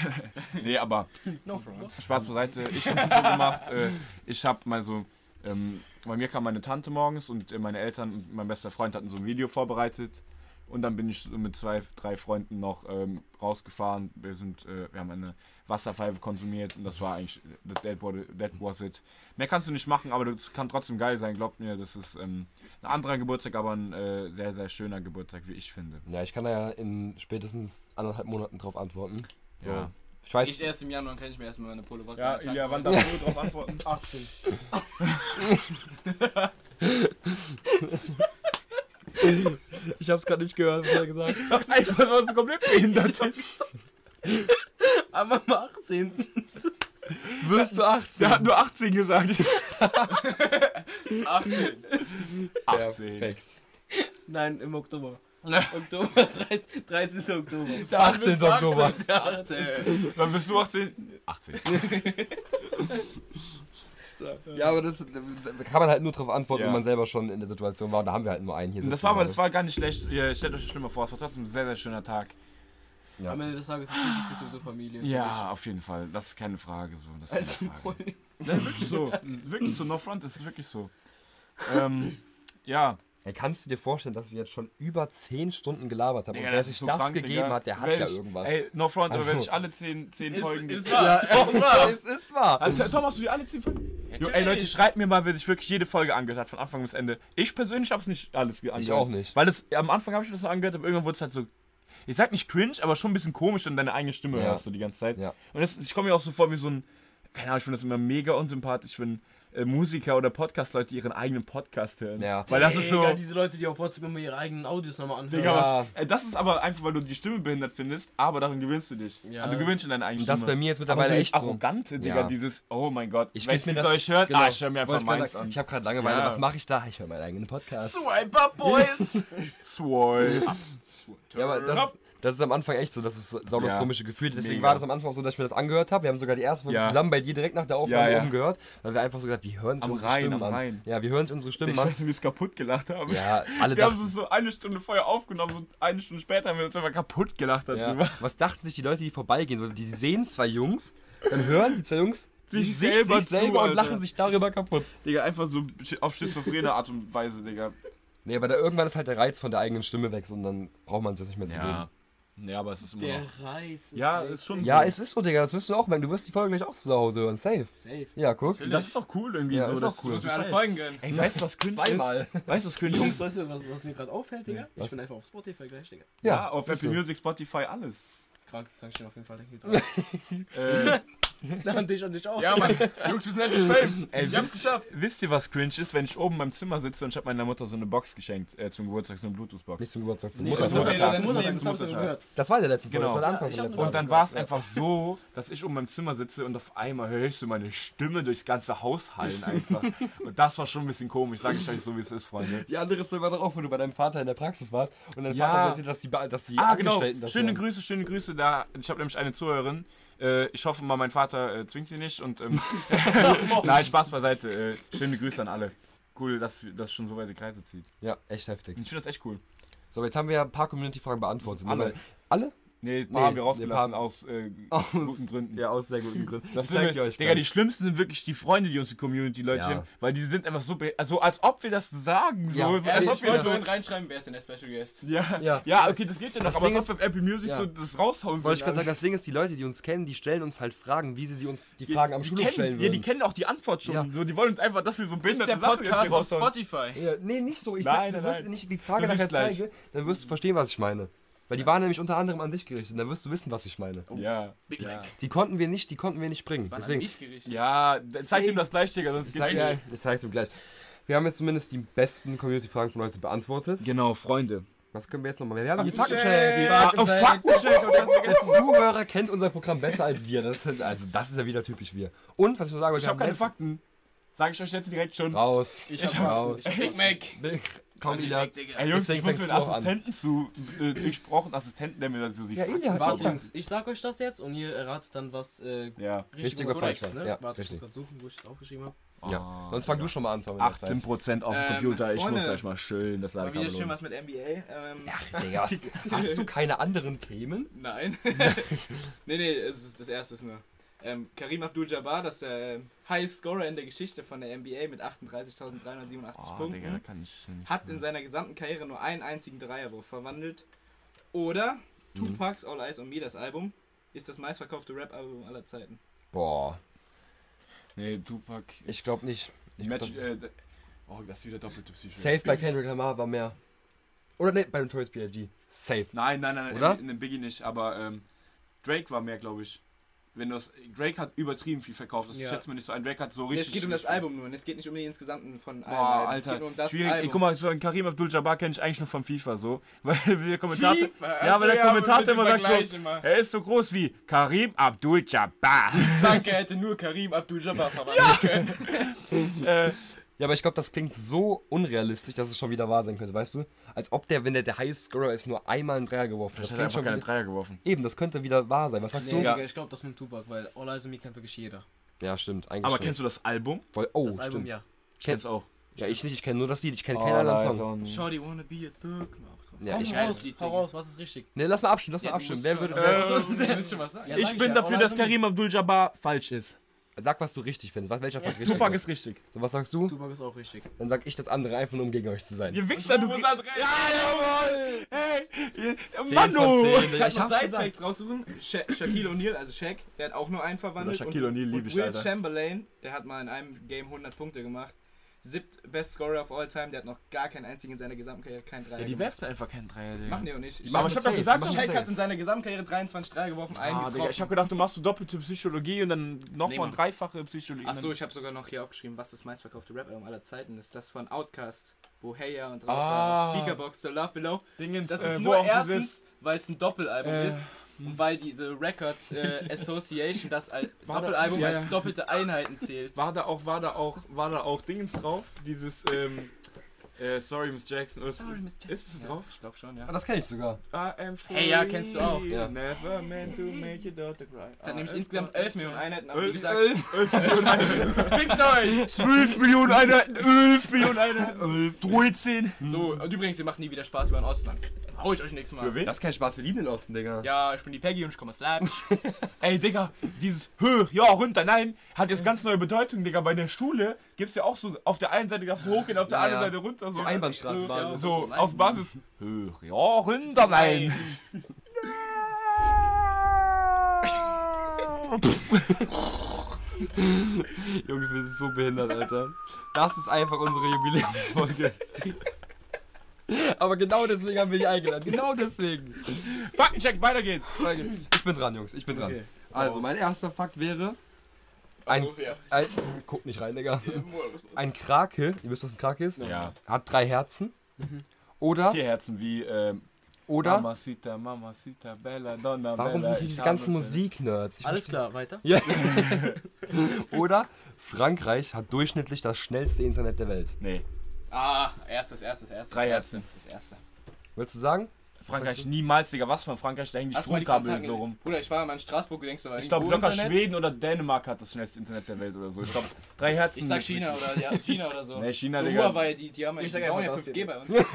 B: nee, aber
D: No front.
B: Spaß beiseite. Ich habe das so gemacht. Äh, ich habe mal so. Ähm, bei mir kam meine Tante morgens und äh, meine Eltern und mein bester Freund hatten so ein Video vorbereitet. Und dann bin ich so mit zwei, drei Freunden noch ähm, rausgefahren. Wir sind, äh, wir haben eine Wasserpfeife konsumiert und das war eigentlich äh, that, was- that was it. Mehr kannst du nicht machen, aber das kann trotzdem geil sein, glaubt mir. Das ist ähm, ein anderer Geburtstag, aber ein äh, sehr, sehr schöner Geburtstag, wie ich finde.
A: Ja, ich kann da ja in spätestens anderthalb Monaten drauf antworten. So.
B: Ja.
A: Ich weiß.
C: Ich erst im Januar kann ich mir erstmal meine Polo Wodka tanken.
B: darfst du drauf antworten?
D: 18.
A: ich hab's gerade nicht gehört, was er gesagt hat.
B: Einfach, weil du komplett behindert ist.
D: Aber am 18.
A: Wirst du 18?
B: Der hat nur 18 gesagt.
C: 18.
B: 18.
D: Nein, im Oktober.
C: Ne.
D: Oktober, 13. 13. Oktober.
A: Der 18. Oktober.
C: 18.
B: Wann bist du 18? 18.
A: Ja, aber das da kann man halt nur drauf antworten,
B: Ja.
A: wenn man selber schon in der Situation war. Da haben wir halt nur einen hier.
B: Das
A: sitzen
B: war aber,
A: gerade.
B: das war gar nicht schlecht. Ihr stellt euch das schlimmer vor. Es war trotzdem ein sehr, sehr schöner Tag.
A: Ja.
D: Am Ende des Tages ist das Wichtigste sowieso Familie.
B: Ja, auf jeden Fall. Das ist keine Frage. So. Das ist
D: Also,
B: keine Frage. Nein, Ne, wirklich so. Wirklich so. No front, das ist wirklich so. Ähm, ja.
A: Ey, kannst du dir vorstellen, dass wir jetzt schon über 10 Stunden gelabert haben?
B: Digga,
A: und wer
B: ist
A: sich
B: so
A: das
B: krank,
A: gegeben
B: Digga.
A: hat, der hat
B: Wenn
A: ja
B: ich-
A: irgendwas. Also
B: Ey, no front, aber
A: Ach
B: wenn
A: so.
B: ich alle 10, 10 Folgen.
C: Ist, ist
A: ja,
C: wahr.
A: es ist wahr. Es ist wahr.
B: Alter, Tom, hast du die alle 10 Folgen? Jo, ey, Leute, schreibt mir mal, wer sich wirklich jede Folge angehört hat, von Anfang bis Ende. Ich persönlich hab's nicht alles ge- angehört.
A: auch nicht.
B: Weil das, am Anfang habe ich das so angehört, aber irgendwann wurde es halt so. Ich sag nicht cringe, aber schon ein bisschen komisch, wenn du deine eigene Stimme
A: Ja.
B: hörst du die ganze Zeit.
A: Ja.
B: Und das, ich komme mir auch so vor wie so ein. Keine Ahnung, ich finde das immer mega unsympathisch, wenn äh, Musiker oder Podcast-Leute ihren eigenen Podcast hören.
A: Ja.
B: Weil das ist so.
D: Digga, diese Leute, die auf WhatsApp immer ihre eigenen Audios nochmal anhören.
B: Digga,
A: Ja.
B: was, äh, das ist aber einfach, weil du die Stimme behindert findest, aber daran gewöhnst du dich.
D: Ja.
B: Also du gewöhnst dir deine eigene
A: Und
B: Stimme.
A: das bei mir jetzt
B: aber so
A: mittlerweile echt so.
B: arrogante, Digga,
A: Ja.
B: dieses, oh mein Gott,
A: Ich
B: welches
A: geb mir
B: Lied
A: das-
B: soll ich hören?
A: genau.
B: Ah, ich höre mir einfach
A: Wollte ich grad
B: meins
A: sagen,
B: an.
A: Ich habe gerade Langeweile,
B: Ja.
A: was mache ich da? Ich höre meinen eigenen Podcast.
C: Swipe up, Boys.
B: Swole.
A: Ja, aber das, Das ist am Anfang echt so, das ist sau das
B: Ja.
A: komische Gefühl. Deswegen
B: Mega.
A: war das am Anfang auch so, dass ich mir das angehört habe. Wir haben sogar die erste Folge
B: Ja.
A: zusammen bei dir direkt nach der Aufnahme
B: Ja, ja.
A: oben gehört, weil wir einfach so gesagt, wir hören sich
B: Am
A: unsere
B: Rhein,
A: Stimmen
B: am
A: an.
B: Rhein.
A: Ja, wir hören sich unsere Stimmen
B: Ich
A: an.
B: weiß nicht, wie wir es kaputt gelacht haben.
A: Ja, alle
B: Wir haben
A: dachten,
B: es so eine Stunde vorher aufgenommen und eine Stunde später haben wir uns einfach kaputt gelacht darüber.
A: ja. Was dachten sich die Leute, die vorbeigehen? So, Die sehen zwei Jungs, dann hören die zwei Jungs
B: Sich
A: sich,
B: selber
A: selber, sich selber
B: zu,
A: und lachen
B: Alter.
A: sich darüber kaputt.
B: Digga, einfach so auf schizophrene Art und Weise, Digga.
A: Nee, aber da irgendwann ist halt der Reiz von der eigenen Stimme weg so, und dann braucht man das nicht mehr zu reden.
B: Ja, aber es ist immer
D: Der
B: noch.
D: Reiz ist
B: Ja,
D: weg.
B: ist schon.
A: Ja, es ist so, Digga, das wirst du auch merken. Du wirst die Folge gleich auch zu Hause hören. Safe.
D: Safe.
A: Ja, guck.
B: Das ist auch cool irgendwie
A: Ja,
B: so.
A: ist
B: das
A: auch cool.
B: das
C: Muss mir alle
B: gefällt.
C: Folgen gönnen.
B: Ey, weißt du, was cringe
A: Zweimal.
B: ist? Weißt du, was cringe
D: Jungs,
B: ist?
D: weißt du, was, was mir gerade auffällt, Digga? Ich
A: was?
D: bin einfach auf Spotify gleich, Digga.
B: Ja, auf
A: ist
B: Apple
A: so.
B: Music, Spotify, alles.
D: Krank, sag ich dir auf jeden Fall. da geht
B: Äh,
D: drauf. An dich, an dich auch.
C: Ja, Mann. Jungs, wir sind endlich Fame.
B: Ey,
C: Ich hab's
B: wisst-
C: geschafft.
B: wisst ihr, was cringe ist? Wenn ich oben beim Zimmer sitze und ich habe meiner Mutter so eine Box geschenkt, äh, zum Geburtstag, so eine Bluetooth-Box.
A: Nicht zum Geburtstag, zum
D: Nee,
B: Mutter-
A: Muttertag.
D: das muss
B: Muttertag.
D: das muss
B: Muttertag.
D: das hast du gehört.
A: Das war der letzte Folge,
B: Genau.
A: das war der Anfang von
D: Ja, ich
A: letzter
D: hab
B: Und dann
A: Folge.
B: war es einfach so, dass ich oben beim Zimmer sitze und auf einmal hörst du meine Stimme durchs ganze Haus hallen einfach. Und das war schon ein bisschen komisch, sage ich euch so, wie es ist, Freunde.
A: Die andere Story war doch auch, wo du bei deinem Vater in der Praxis warst und dein
B: Ja.
A: Vater so erzählt, dass die, Ba- dass die
B: Ah, genau.
A: Angestellten das
B: Schöne
A: hören.
B: Grüße, schöne Grüße. Da, ich habe nämlich eine Zuhörerin. Äh, ich hoffe mal, mein Vater äh, zwingt sie nicht. Und ähm, nein, Spaß beiseite. Äh, schöne Grüße an alle. Cool, dass das schon so weit die Kreise zieht.
A: Ja, echt heftig.
B: Ich finde das echt cool.
A: So, aber jetzt haben wir ja ein paar Community-Fragen beantwortet. ne?
B: Alle.
A: Weil- Alle?
B: Nee, ein
A: Nee,
B: paar haben wir
A: nee,
B: rausgelassen
A: paar-
B: aus, äh,
A: Aus-
B: guten Gründen.
A: aus sehr guten Gründen.
B: Das
A: Das
B: sind
A: zeige ich
B: wir,
A: euch
B: Digga, die
A: gleich.
B: schlimmsten sind wirklich die Freunde, die uns die Community-Leute
A: Ja.
B: haben, weil die sind einfach so, be- also als ob wir das sagen, so,
A: Ja,
B: so als
C: Ehrlich,
B: ob
C: ich
B: wir
C: wollte
B: so,
C: vorhin reinschreiben, wer ist denn der Special Guest?
B: ja, ja,
A: Ja.
B: okay, das geht ja noch,
A: Das
B: aber
A: Ding
B: als ob wir auf Apple Music
A: Ja.
B: so das raushauen
A: Wollte ich gerade
B: würden,
A: sagen, das Ding ist, die Leute, die uns kennen, die stellen uns halt Fragen, wie sie die uns die
B: Die-
A: Fragen am
B: die
A: Schulhof
B: kennen-
A: stellen
B: Ja,
A: würden.
B: die kennen auch die Antwort schon,
A: Ja.
B: so, die wollen uns einfach, dass wir so
C: Ist
B: behinderte
C: der
B: Sachen jetzt
C: Podcast
B: hier
C: auf
B: raushauen.
C: Spotify?
A: Ja, nee, nicht so. Ich
B: Nein,
A: sag, du
B: nein,
A: wirst,
B: nein.
A: wenn ich die Frage
B: Du
A: nachher
B: siehst gleich.
A: zeige, dann wirst du verstehen, was ich meine. Weil die waren nämlich unter anderem an dich gerichtet. Dann wirst du wissen, was ich meine.
B: Ja,
C: Big
B: ja.
C: Mac.
A: Die konnten wir nicht, die konnten wir nicht bringen.
C: Wann an
A: Deswegen,
C: mich gerichtet?
B: ja da- zeig ihm das gleich, Digga, sonst
A: ich zeige
B: geht's
A: ich zeig's ihm gleich. Wir haben jetzt zumindest die besten Community-Fragen von heute beantwortet.
B: Genau, Freunde.
A: Was können wir jetzt nochmal? Wir haben die
C: Faktencheck.
A: Faktencheck.
B: Ah, oh, fuck, ich hab ganz
A: Der
B: vergessen.
A: Zuhörer kennt unser Programm besser als wir. Das ist, also das ist ja wieder typisch wir. Und was ich noch sagen wollte,
B: Ich hab
A: wir haben
B: keine Fakten, sag ich euch jetzt direkt schon.
A: letztens- Raus.
C: Ich hab-
A: raus.
C: Big Mac.
A: Komm,
C: Big
A: Ila.
C: Mac, Digga.
B: Ey Jungs,
A: Deswegen
B: ich muss
A: fängst
B: mit
A: du auch an.
B: Assistenten zu, äh, ich brauche einen Assistenten, der mir das so sich
A: Ja, Ilja hat
D: Warte,
A: auch
D: Jungs, ich sag euch das jetzt und ihr erratet dann, was äh,
B: Ja.
A: Richtig oder falsch
D: ist,
A: war.
D: ne?
A: Ja,
D: Warte,
A: richtig.
D: ich muss grad suchen, wo ich das aufgeschrieben habe.
A: Ja.
B: Oh.
A: Sonst fang du schon mal an, Tom. wenn das heißt.
B: 18% auf dem
C: Ähm,
B: Computer, ich muss
C: Freunde.
B: gleich mal schön das
C: Mal wieder
B: Ladekabel
C: schön
B: holen.
C: was mit NBA. Ähm,
A: Ach, Digga, was, hast du keine anderen Themen?
C: Nein. nee, nee, es ist das erste ist nur. Ähm, Karim Abdul-Jabbar, das ist der ähm, High Scorer in der Geschichte von der NBA mit 38.387
B: Oh,
C: Punkten.
B: Digga, da kann ich nicht.
C: hat in seiner gesamten Karriere nur einen einzigen Dreierwurf verwandelt. Oder
B: Mhm.
A: Mhm.
C: Tupacs All Eyes on Me, das Album, ist das meistverkaufte Rap-Album aller Zeiten.
A: Boah,
B: Nee, Tupac.
A: ich glaube nicht. Ich glaub,
B: Magic,
A: das
B: äh, d- oh, das ist wieder doppelte Psycho.
A: safe bei Kendrick Lamar war mehr. Oder ne, bei Notorious B.I.G. Safe.
B: Nein, nein, nein,
A: Oder?
B: In, in dem Biggie nicht, aber ähm, Drake war mehr, glaube ich. Wenn du das, Drake hat übertrieben viel verkauft, das
D: Ja.
B: schätzt mir nicht so ein. Drake hat so
C: Nee,
B: richtig.
C: es geht um das Album nur, und es geht nicht um die insgesamt von allen.
B: Boah,
C: Alben. es
B: Alter.
C: geht nur um das
B: schwierig. Ey,
C: Album.
B: guck mal, so einen Karim Abdul-Jabbar kenne ich eigentlich nur vom FIFA so. Weil der Kommentator.
C: FIFA,
B: Ja, weil
C: Achso,
B: der
C: mit
B: Kommentator
C: dem
B: immer sagt
C: Vergleich
B: so,
C: immer.
B: er ist so groß wie Karim Abdul-Jabbar.
C: Danke, hätte nur Karim Abdul-Jabbar verwandelt können.
B: äh,
A: Ja, aber ich glaube, das klingt so unrealistisch, dass es schon wieder wahr sein könnte, weißt du? Als ob der, wenn der der Highest Scorer ist, nur einmal einen Dreier geworfen hat. Das, klingt schon wieder,
B: Dreier geworfen.
A: Eben, das könnte wieder wahr sein. Was sagst
D: Nee,
A: du?
B: Ja.
D: Digga, ich glaube das mit dem Tupac, weil All Eyes on Me kennt wirklich jeder.
A: Ja, stimmt. Eigentlich
B: Aber
A: schon.
B: kennst du das Album? Oh,
A: Voll, oh,
D: Das
A: stimmt.
D: Album, ja.
B: Ich kenn's auch.
A: ja. ich nicht. Ich kenne nur das Lied. Ich kenne keinen anderen Song.
B: Hm.
C: Shorty wanna be a thug. Komm auch drauf.
A: Ja,
D: Komm
A: ich-
D: raus,
C: Lied,
D: hau
C: Digga.
D: raus, was ist richtig?
A: Ne, lass mal abstimmen. Lass
C: Ja,
A: mal
C: du
A: abstimmen.
C: musst
A: Wer
C: schon-
A: würde.
C: Äh,
A: sagen-
C: was ist denn? Du musst schon was sagen.
D: Ja, sag
B: Ich
D: ich
B: bin
D: ja, Oh,
B: dafür,
D: All
B: dass
D: Eyes on Me.
B: Karim Abdul-Jabbar falsch ist.
A: Sag, was du richtig findest. Was- Welcher Fakt richtig
B: Tupac ist richtig.
A: So, was sagst du?
D: Tupac ist auch richtig.
A: Dann sag ich das andere einfach nur, um gegen euch zu sein.
B: Ihr Wichser, du.
C: Du musst halt recht.
B: Ja, jawohl! Hey!
A: Zehn
B: Mann,
A: von
B: du!
A: zehn,
C: Ich
A: Digga.
C: hab noch
A: hab's gesagt.
C: Sidefacts raussuchen. Sha Shaquille O'Neal, also Shaq, der hat auch nur einen verwandelt.
B: Oder Shaquille
C: und-
B: O'Neal
C: und
B: lieb ich,
C: Will
B: Alter.
C: Chamberlain, der hat mal in einem Game 100 Punkte gemacht. Siebt Best Scorer of All Time, der hat noch gar keinen einzigen in seiner gesamten Karriere, keinen Dreier gemacht.
B: einfach keinen Dreier,
C: Machen die auch nicht.
A: machen
B: Aber ich hab doch
A: safe,
B: gesagt,
A: machen
B: dass-
C: Shaq
A: safe.
C: hat in seiner gesamten Karriere 23 Dreier geworfen, einen
B: Ah,
C: getroffen.
B: Digga, ich hab gedacht, du machst so doppelte Psychologie und dann
C: Nee,
B: nochmal
C: Mann.
B: ein dreifache Psychologie.
C: Achso, ich habe sogar noch hier aufgeschrieben, was das meistverkaufte Rap-Album aller Zeiten ist. Das von Outcast, wo Heya und drauf
B: Ah.
C: war. Speakerbox, The Love Below.
B: Dingens,
C: Das
B: äh,
C: ist
B: wo
C: nur
B: auch dieses-
C: erstens, weil es ein Doppelalbum
B: Äh,
C: ist und weil diese Record äh, Association das als
B: War da-
C: Doppelalbum
B: ja, ja.
C: als doppelte Einheiten zählt.
B: War da auch, war da auch, war da auch Dingens drauf? Dieses, ähm, Äh, sorry, Miss Jackson. Oder-
C: Sorry, Miss Jackson.
B: Ist es drauf?
C: Ich glaube schon,
A: Ah,
C: ja.
A: das kenne ich sogar.
B: I am free.
C: Hey, ja, kennst du auch.
A: Ja.
B: Never meant to make your daughter cry. Ah,
C: Es hat nämlich insgesamt 11 Millionen Einheiten, aber wie
B: Elf,
C: gesagt,
A: Elf,
C: fickt euch!
B: 12 Millionen Einheiten, 11 Millionen Einheiten,
A: elf.
B: 13.
C: So, und übrigens, wir machen nie wieder Spaß über den Ostland. Hau ich euch nächstes Mal.
A: Das ist kein Spaß, wir lieben den Osten, Digga.
C: Ja, ich bin die Peggy und ich komme aus Leipzig.
B: Ey, Digga, dieses Höh, ja, runter, nein, hat jetzt ganz neue Bedeutung, Digga. Bei der Schule gibt's ja auch so, auf der einen Seite darfst du hochgehen, auf der
A: Ja,
B: anderen
A: ja.
B: Seite runter. So, ne?
A: So Einbahnstraßenbasis.
B: Ja, so, auf Basis. Höh, ja, runter, nein.
A: Junge, wir sind so behindert, Alter. Das ist einfach unsere Jubiläumsfolge. Aber genau deswegen haben wir dich eingeladen. Genau deswegen.
B: Faktencheck, weiter geht's.
A: Ich bin dran, Jungs. Ich bin dran.
D: Okay.
A: Also, mein erster Fakt wäre. Ein,
C: Also, ja.
A: ein, guck nicht rein, Digga.
C: Ein
A: Ein Krake, ihr wisst, was ein Krake ist?
B: Ja.
A: Hat drei Herzen.
D: Mhm.
A: Oder,
B: Tierherzen wie, ähm,
A: oder,
B: Mamacita, Mamacita, Bella, Donna,
A: warum
B: Bella,
A: sind hier
B: ich
A: diese
B: habe
A: ganzen
B: Bella.
A: Musiknerds? Ich
D: Alles klar, weiter.
A: Oder Frankreich hat durchschnittlich das schnellste Internet der Welt.
B: Nee,
C: ah, erstes, erstes, erstes.
B: Drei
C: erstes, Das erste.
A: Willst du sagen?
B: Frankreich niemals, Digga. Was von Frankreich? Da hängen die
C: Hast du mal die Franzosen
B: Stromkabel so
C: angelegt?
B: rum.
C: Bruder, ich war mal in Straßburg, du denkst du,
B: Ich glaube, locker Schweden oder Dänemark hat das schnellste Internet der Welt oder so. Ich glaube, drei Herzen.
C: Ich sag China oder, ja, China oder so.
B: Nee, China,
C: so
B: Digga.
C: Huawei, die, die haben ja-
D: Ich sag
C: die bauen ja
D: einfach
C: 5G bei uns.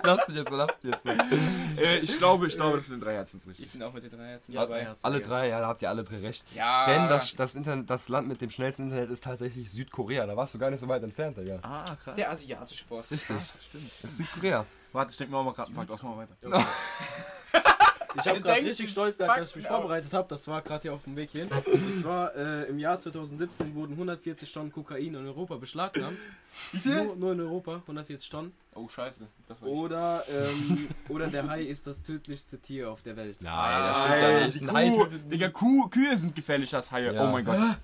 A: Lass den jetzt mal, lass den jetzt mal.
B: Äh, ich glaube, ich glaube, das sind drei Herzen
C: Die
B: richtig.
C: sind auch mit den drei Herzen
D: Ja,
C: dabei.
D: drei Herzen.
A: Alle drei, ja, da habt ihr alle drei recht.
C: Ja.
A: Denn das, das, Internet, das Land mit dem schnellsten Internet ist tatsächlich Südkorea. Da warst du gar nicht so weit entfernt, Digga.
B: Ah, krass.
C: Der asiatische Boss.
A: Richtig. Das ist Südkorea.
B: Warte, ich denke mir auch mal gerade einen Fakt aus, mal weiter.
D: Ich habe
C: Ihr
D: gerade
C: denkt
D: richtig
C: sich
D: stolz gehabt, dass ich mich
C: Fakten aus.
D: vorbereitet habe. Das war gerade hier auf dem Weg hin. Und zwar äh, im Jahr 2017 wurden 140 Tonnen Kokain in Europa beschlagnahmt. Wie viel? Nur, nur in Europa, 140 Tonnen.
C: Oh, scheiße. Das war ich.
D: Oder, ähm, oder der Hai ist das tödlichste Tier auf der Welt.
A: Nein,
C: das
B: Ey,
C: stimmt
B: die Kuh, Digga, Kuh, Kühe sind gefährlicher als Haie.
A: Ja.
B: Oh mein Gott. Digga,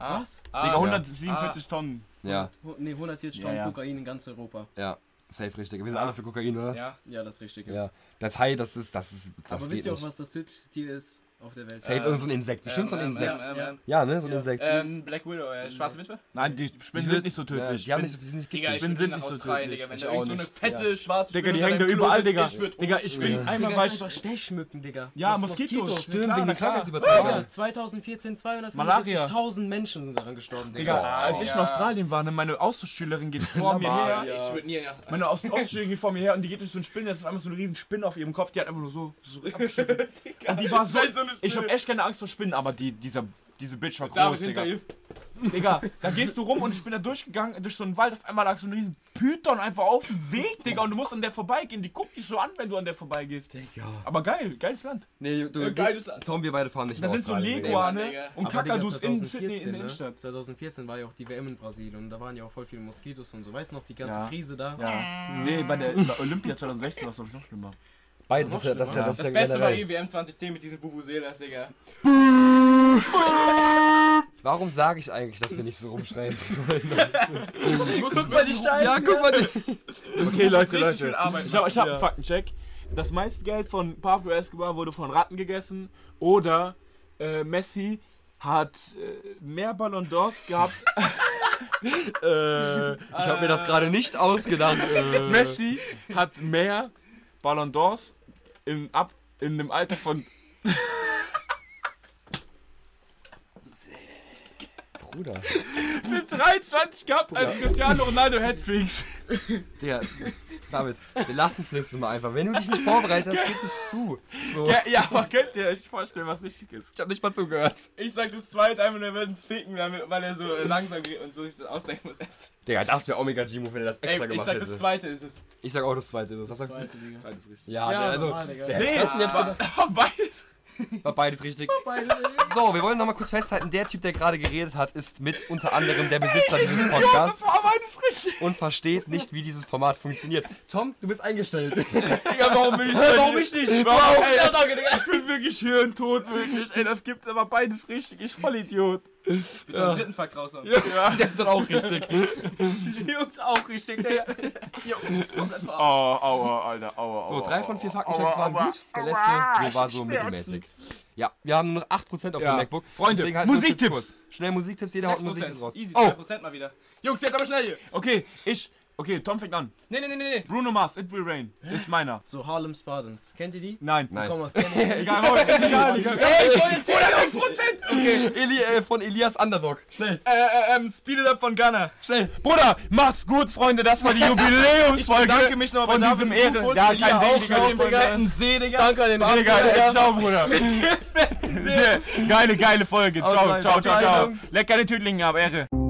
C: Ah,
D: Was?
C: ah,
A: ja.
B: 147 Tonnen.
A: Ja,
D: Hu- Nee, 140
B: Ja,
D: Tonnen
B: ja.
D: Kokain in ganz Europa.
A: ja. Safe richtig. Wir sind alle für Kokain, oder?
C: Ja.
D: Ja, das ist richtig. jetzt.
A: Ja. Das Hai, das ist, das ist, das
D: Aber
A: geht
D: wisst ihr auch,
A: nicht.
D: was das tödlichste Tier ist auf der Welt?
A: Safe,
C: Äh,
A: irgend so ein Insekt. Bestimmt so ein
C: Ähm,
A: Insekt.
C: Ähm, ähm,
A: ja, ne, so ein
D: ja.
A: Insekt.
C: ähm, Black Widow, äh, schwarze Witwe?
B: Nein, die Spinnen
A: Die
B: sind nicht so
A: ja,
B: tödlich.
A: die haben nicht so viel,
B: Spinnen-
A: sind nicht
C: Digga, ich
A: giftig.
B: Spinnen
C: bin
B: sind
C: sind
B: nicht
C: nach
B: so
C: Australien,
B: tödlich.
C: Digga. Wenn
A: Ich
C: da
A: auch
C: irgend so eine
A: nicht.
C: fette, schwarze
B: Digga,
C: Spinne
B: die hängen
C: unter
B: da
C: deinem Klo
B: überall,
C: sitzt,
B: Digga.
C: ich schwör, oh,
B: Digga, ich bin einmal
D: Digga,
B: bei.
D: das sind einfach Stechmücken, Digga.
B: Ja,
D: Das-
B: Moskitos.
D: sind
A: Stimmt,
D: klar,
A: wegen
D: na
A: der
D: klar.
A: Krankheitsübertragung.
D: Digga, 2014
B: Malaria.
D: 244.000 Menschen sind daran gestorben, Digga.
B: Digga, als ich in
C: Ja.
B: Australien war, ne, meine Austauschschülerin geht vor mir her.
C: Ja, ich würde nie. nach-
B: Meine Aus- Austauschschülerin geht vor mir her und die geht durch so einen Spinnen, das ist einfach so eine riesen Spinne auf ihrem Kopf, die hat einfach nur so, so abgeschnitten. Und die war so.
C: Scheiß, so eine
B: Ich hab
C: Spinne.
B: echt keine Angst vor Spinnen, aber die, dieser, diese Bitch war
C: David
B: groß,
C: hinter
B: Digga.
C: ihr.
B: Digga, da gehst du rum und ich bin da durchgegangen, durch so einen Wald, auf einmal lag so ein riesen Python einfach auf dem Weg, Digga, und du musst an der vorbeigehen. Die guckt dich so an, wenn du an der vorbeigehst.
A: Digga.
B: Aber geil, geiles Land.
A: Nee, du,
B: geiles Land.
A: Tom, wir beide fahren nicht
B: Da
A: nach
B: sind so
A: Australien, Digga.
B: Leguane
C: Digga.
B: und
D: Aber Digga,
B: Kakadus in Sydney in
D: 2014,
B: der
D: ne?
B: Innenstadt.
D: 2014 war ja auch die WM in Brasilien und da waren ja auch voll viele Moskitos und so. Weißt du noch, die ganze
B: Ja.
D: Krise da?
B: Ja. Nee, bei der bei Olympia 2016 war es noch schlimmer.
A: Beides ist ja, das ist ja,
B: Ja.
A: das ist ja
C: Das Beste war
A: generell.
C: EWM 2010 mit diesen Bubuselas, Digga.
A: Warum sage ich eigentlich, dass wir nicht so rumschreien sollen?
C: Guck mal, die Steine.
A: ja, guck mal, die-
B: Okay, Leute,
C: richtig viel Arbeit
B: Ich habe ich hab
A: Ja.
B: einen Faktencheck. Das meiste Geld von Pablo Escobar wurde von Ratten gegessen. Oder äh, Messi hat äh, mehr Ballon d'Ors gehabt.
A: äh, ich habe mir das gerade nicht ausgedacht. Äh,
B: Messi hat mehr Ballon d'Ors im Ab in dem Alter von
A: Bruder.
B: 23 gehabt als Cristiano Ronaldo Hattricks.
A: Digga, David, wir lassen es nächstes Mal einfach. Wenn du dich nicht vorbereitet hast, gib es zu. So.
B: Ja, ja, aber könnt ihr euch vorstellen, was richtig ist?
A: Ich habe nicht mal zugehört.
C: Ich sag das zweite einfach, wir werden es ficken, damit- weil er so äh, langsam geht und so sich das ausdenken muss. Ey,
A: Digga, das wäre Omega Gimo, wenn er das extra
C: ich
A: gemacht
C: sag das
A: hätte.
C: zweite ist es.
A: Ich sag auch das zweite. Was sagst du?
D: Zweite Liga.
B: Alles richtig.
A: Ja, der- also,
D: normal, Digga.
A: der-
B: Nee,
A: das sind jetzt
C: Ah.
B: Beides.
A: war beides richtig. So, wir wollen nochmal kurz festhalten, der Typ, der gerade geredet hat, ist mit unter anderem der Besitzer dieses
B: Das
A: Podcasts
B: war beides richtig.
A: und versteht nicht, wie dieses Format funktioniert. Tom, du bist eingestellt.
B: Digga, warum bin ich
C: Warum ich nicht?
B: Warum?
C: Ey, ja,
B: Ey,
C: danke, Digga.
B: ich bin wirklich hirntot, wirklich. Ey, das gibt's aber beides richtig. Ich Vollidiot.
C: Ich soll den dritten Fakt raushauen.
A: Der ist dann auch richtig.
C: Die Jungs auch richtig, Digga.
B: Oh, aua, Alter, aua, aua.
A: So, drei von vier
B: aua,
A: Faktenchecks
B: Oh. aua,
A: waren
B: aua.
A: gut. Der letzte so war so mittelmäßig. Ja, wir haben nur noch 8% auf
B: Ja.
A: dem MacBook.
B: Freunde,
A: deswegen halten wir uns jetzt
B: Musiktipps!
A: kurz. Schnell Musiktipps, jeder haut einen Musiktipps raus.
C: 6%. Easy,
A: oh,
C: 2% mal wieder. Jungs, jetzt aber schnell hier.
B: Okay, ich. Okay, Tom fängt an.
C: Nee, nee, nee, nee. nee.
B: Bruno Mars, It Will Rain. Ist meiner.
D: So Harlem Spartans. Kennt ihr die?
B: Nein.
A: Nein.
D: Komm aus Kenny.
B: Egal, hau, ist egal, egal.
C: Ey, ich wollte jetzt 10
A: Eli, äh, von Elias Underdog. Schnell,
C: Äh, äh, ähm, Speed It Up von Gunner.
A: schnell.
B: Bruder, macht's gut, Freunde. Das war die Jubiläumsfolge.
C: Danke mich nochmal
B: von
C: bei
B: diesem
C: David
B: Ehre.
C: Rufus,
B: Ja,
C: Elia
B: kein Ding,
C: auch
B: Digga.
C: noch,
B: den
C: Digga.
B: fetten See, Digga.
D: Danke an den Mann.
B: Digga, ey, ciao, Bruder. Sehr Geile, geile Folge. Ciao,
A: nein,
B: ciao, ciao, ciao.
A: Jungs.
B: Leckere Tüdlingen ab, Ehre.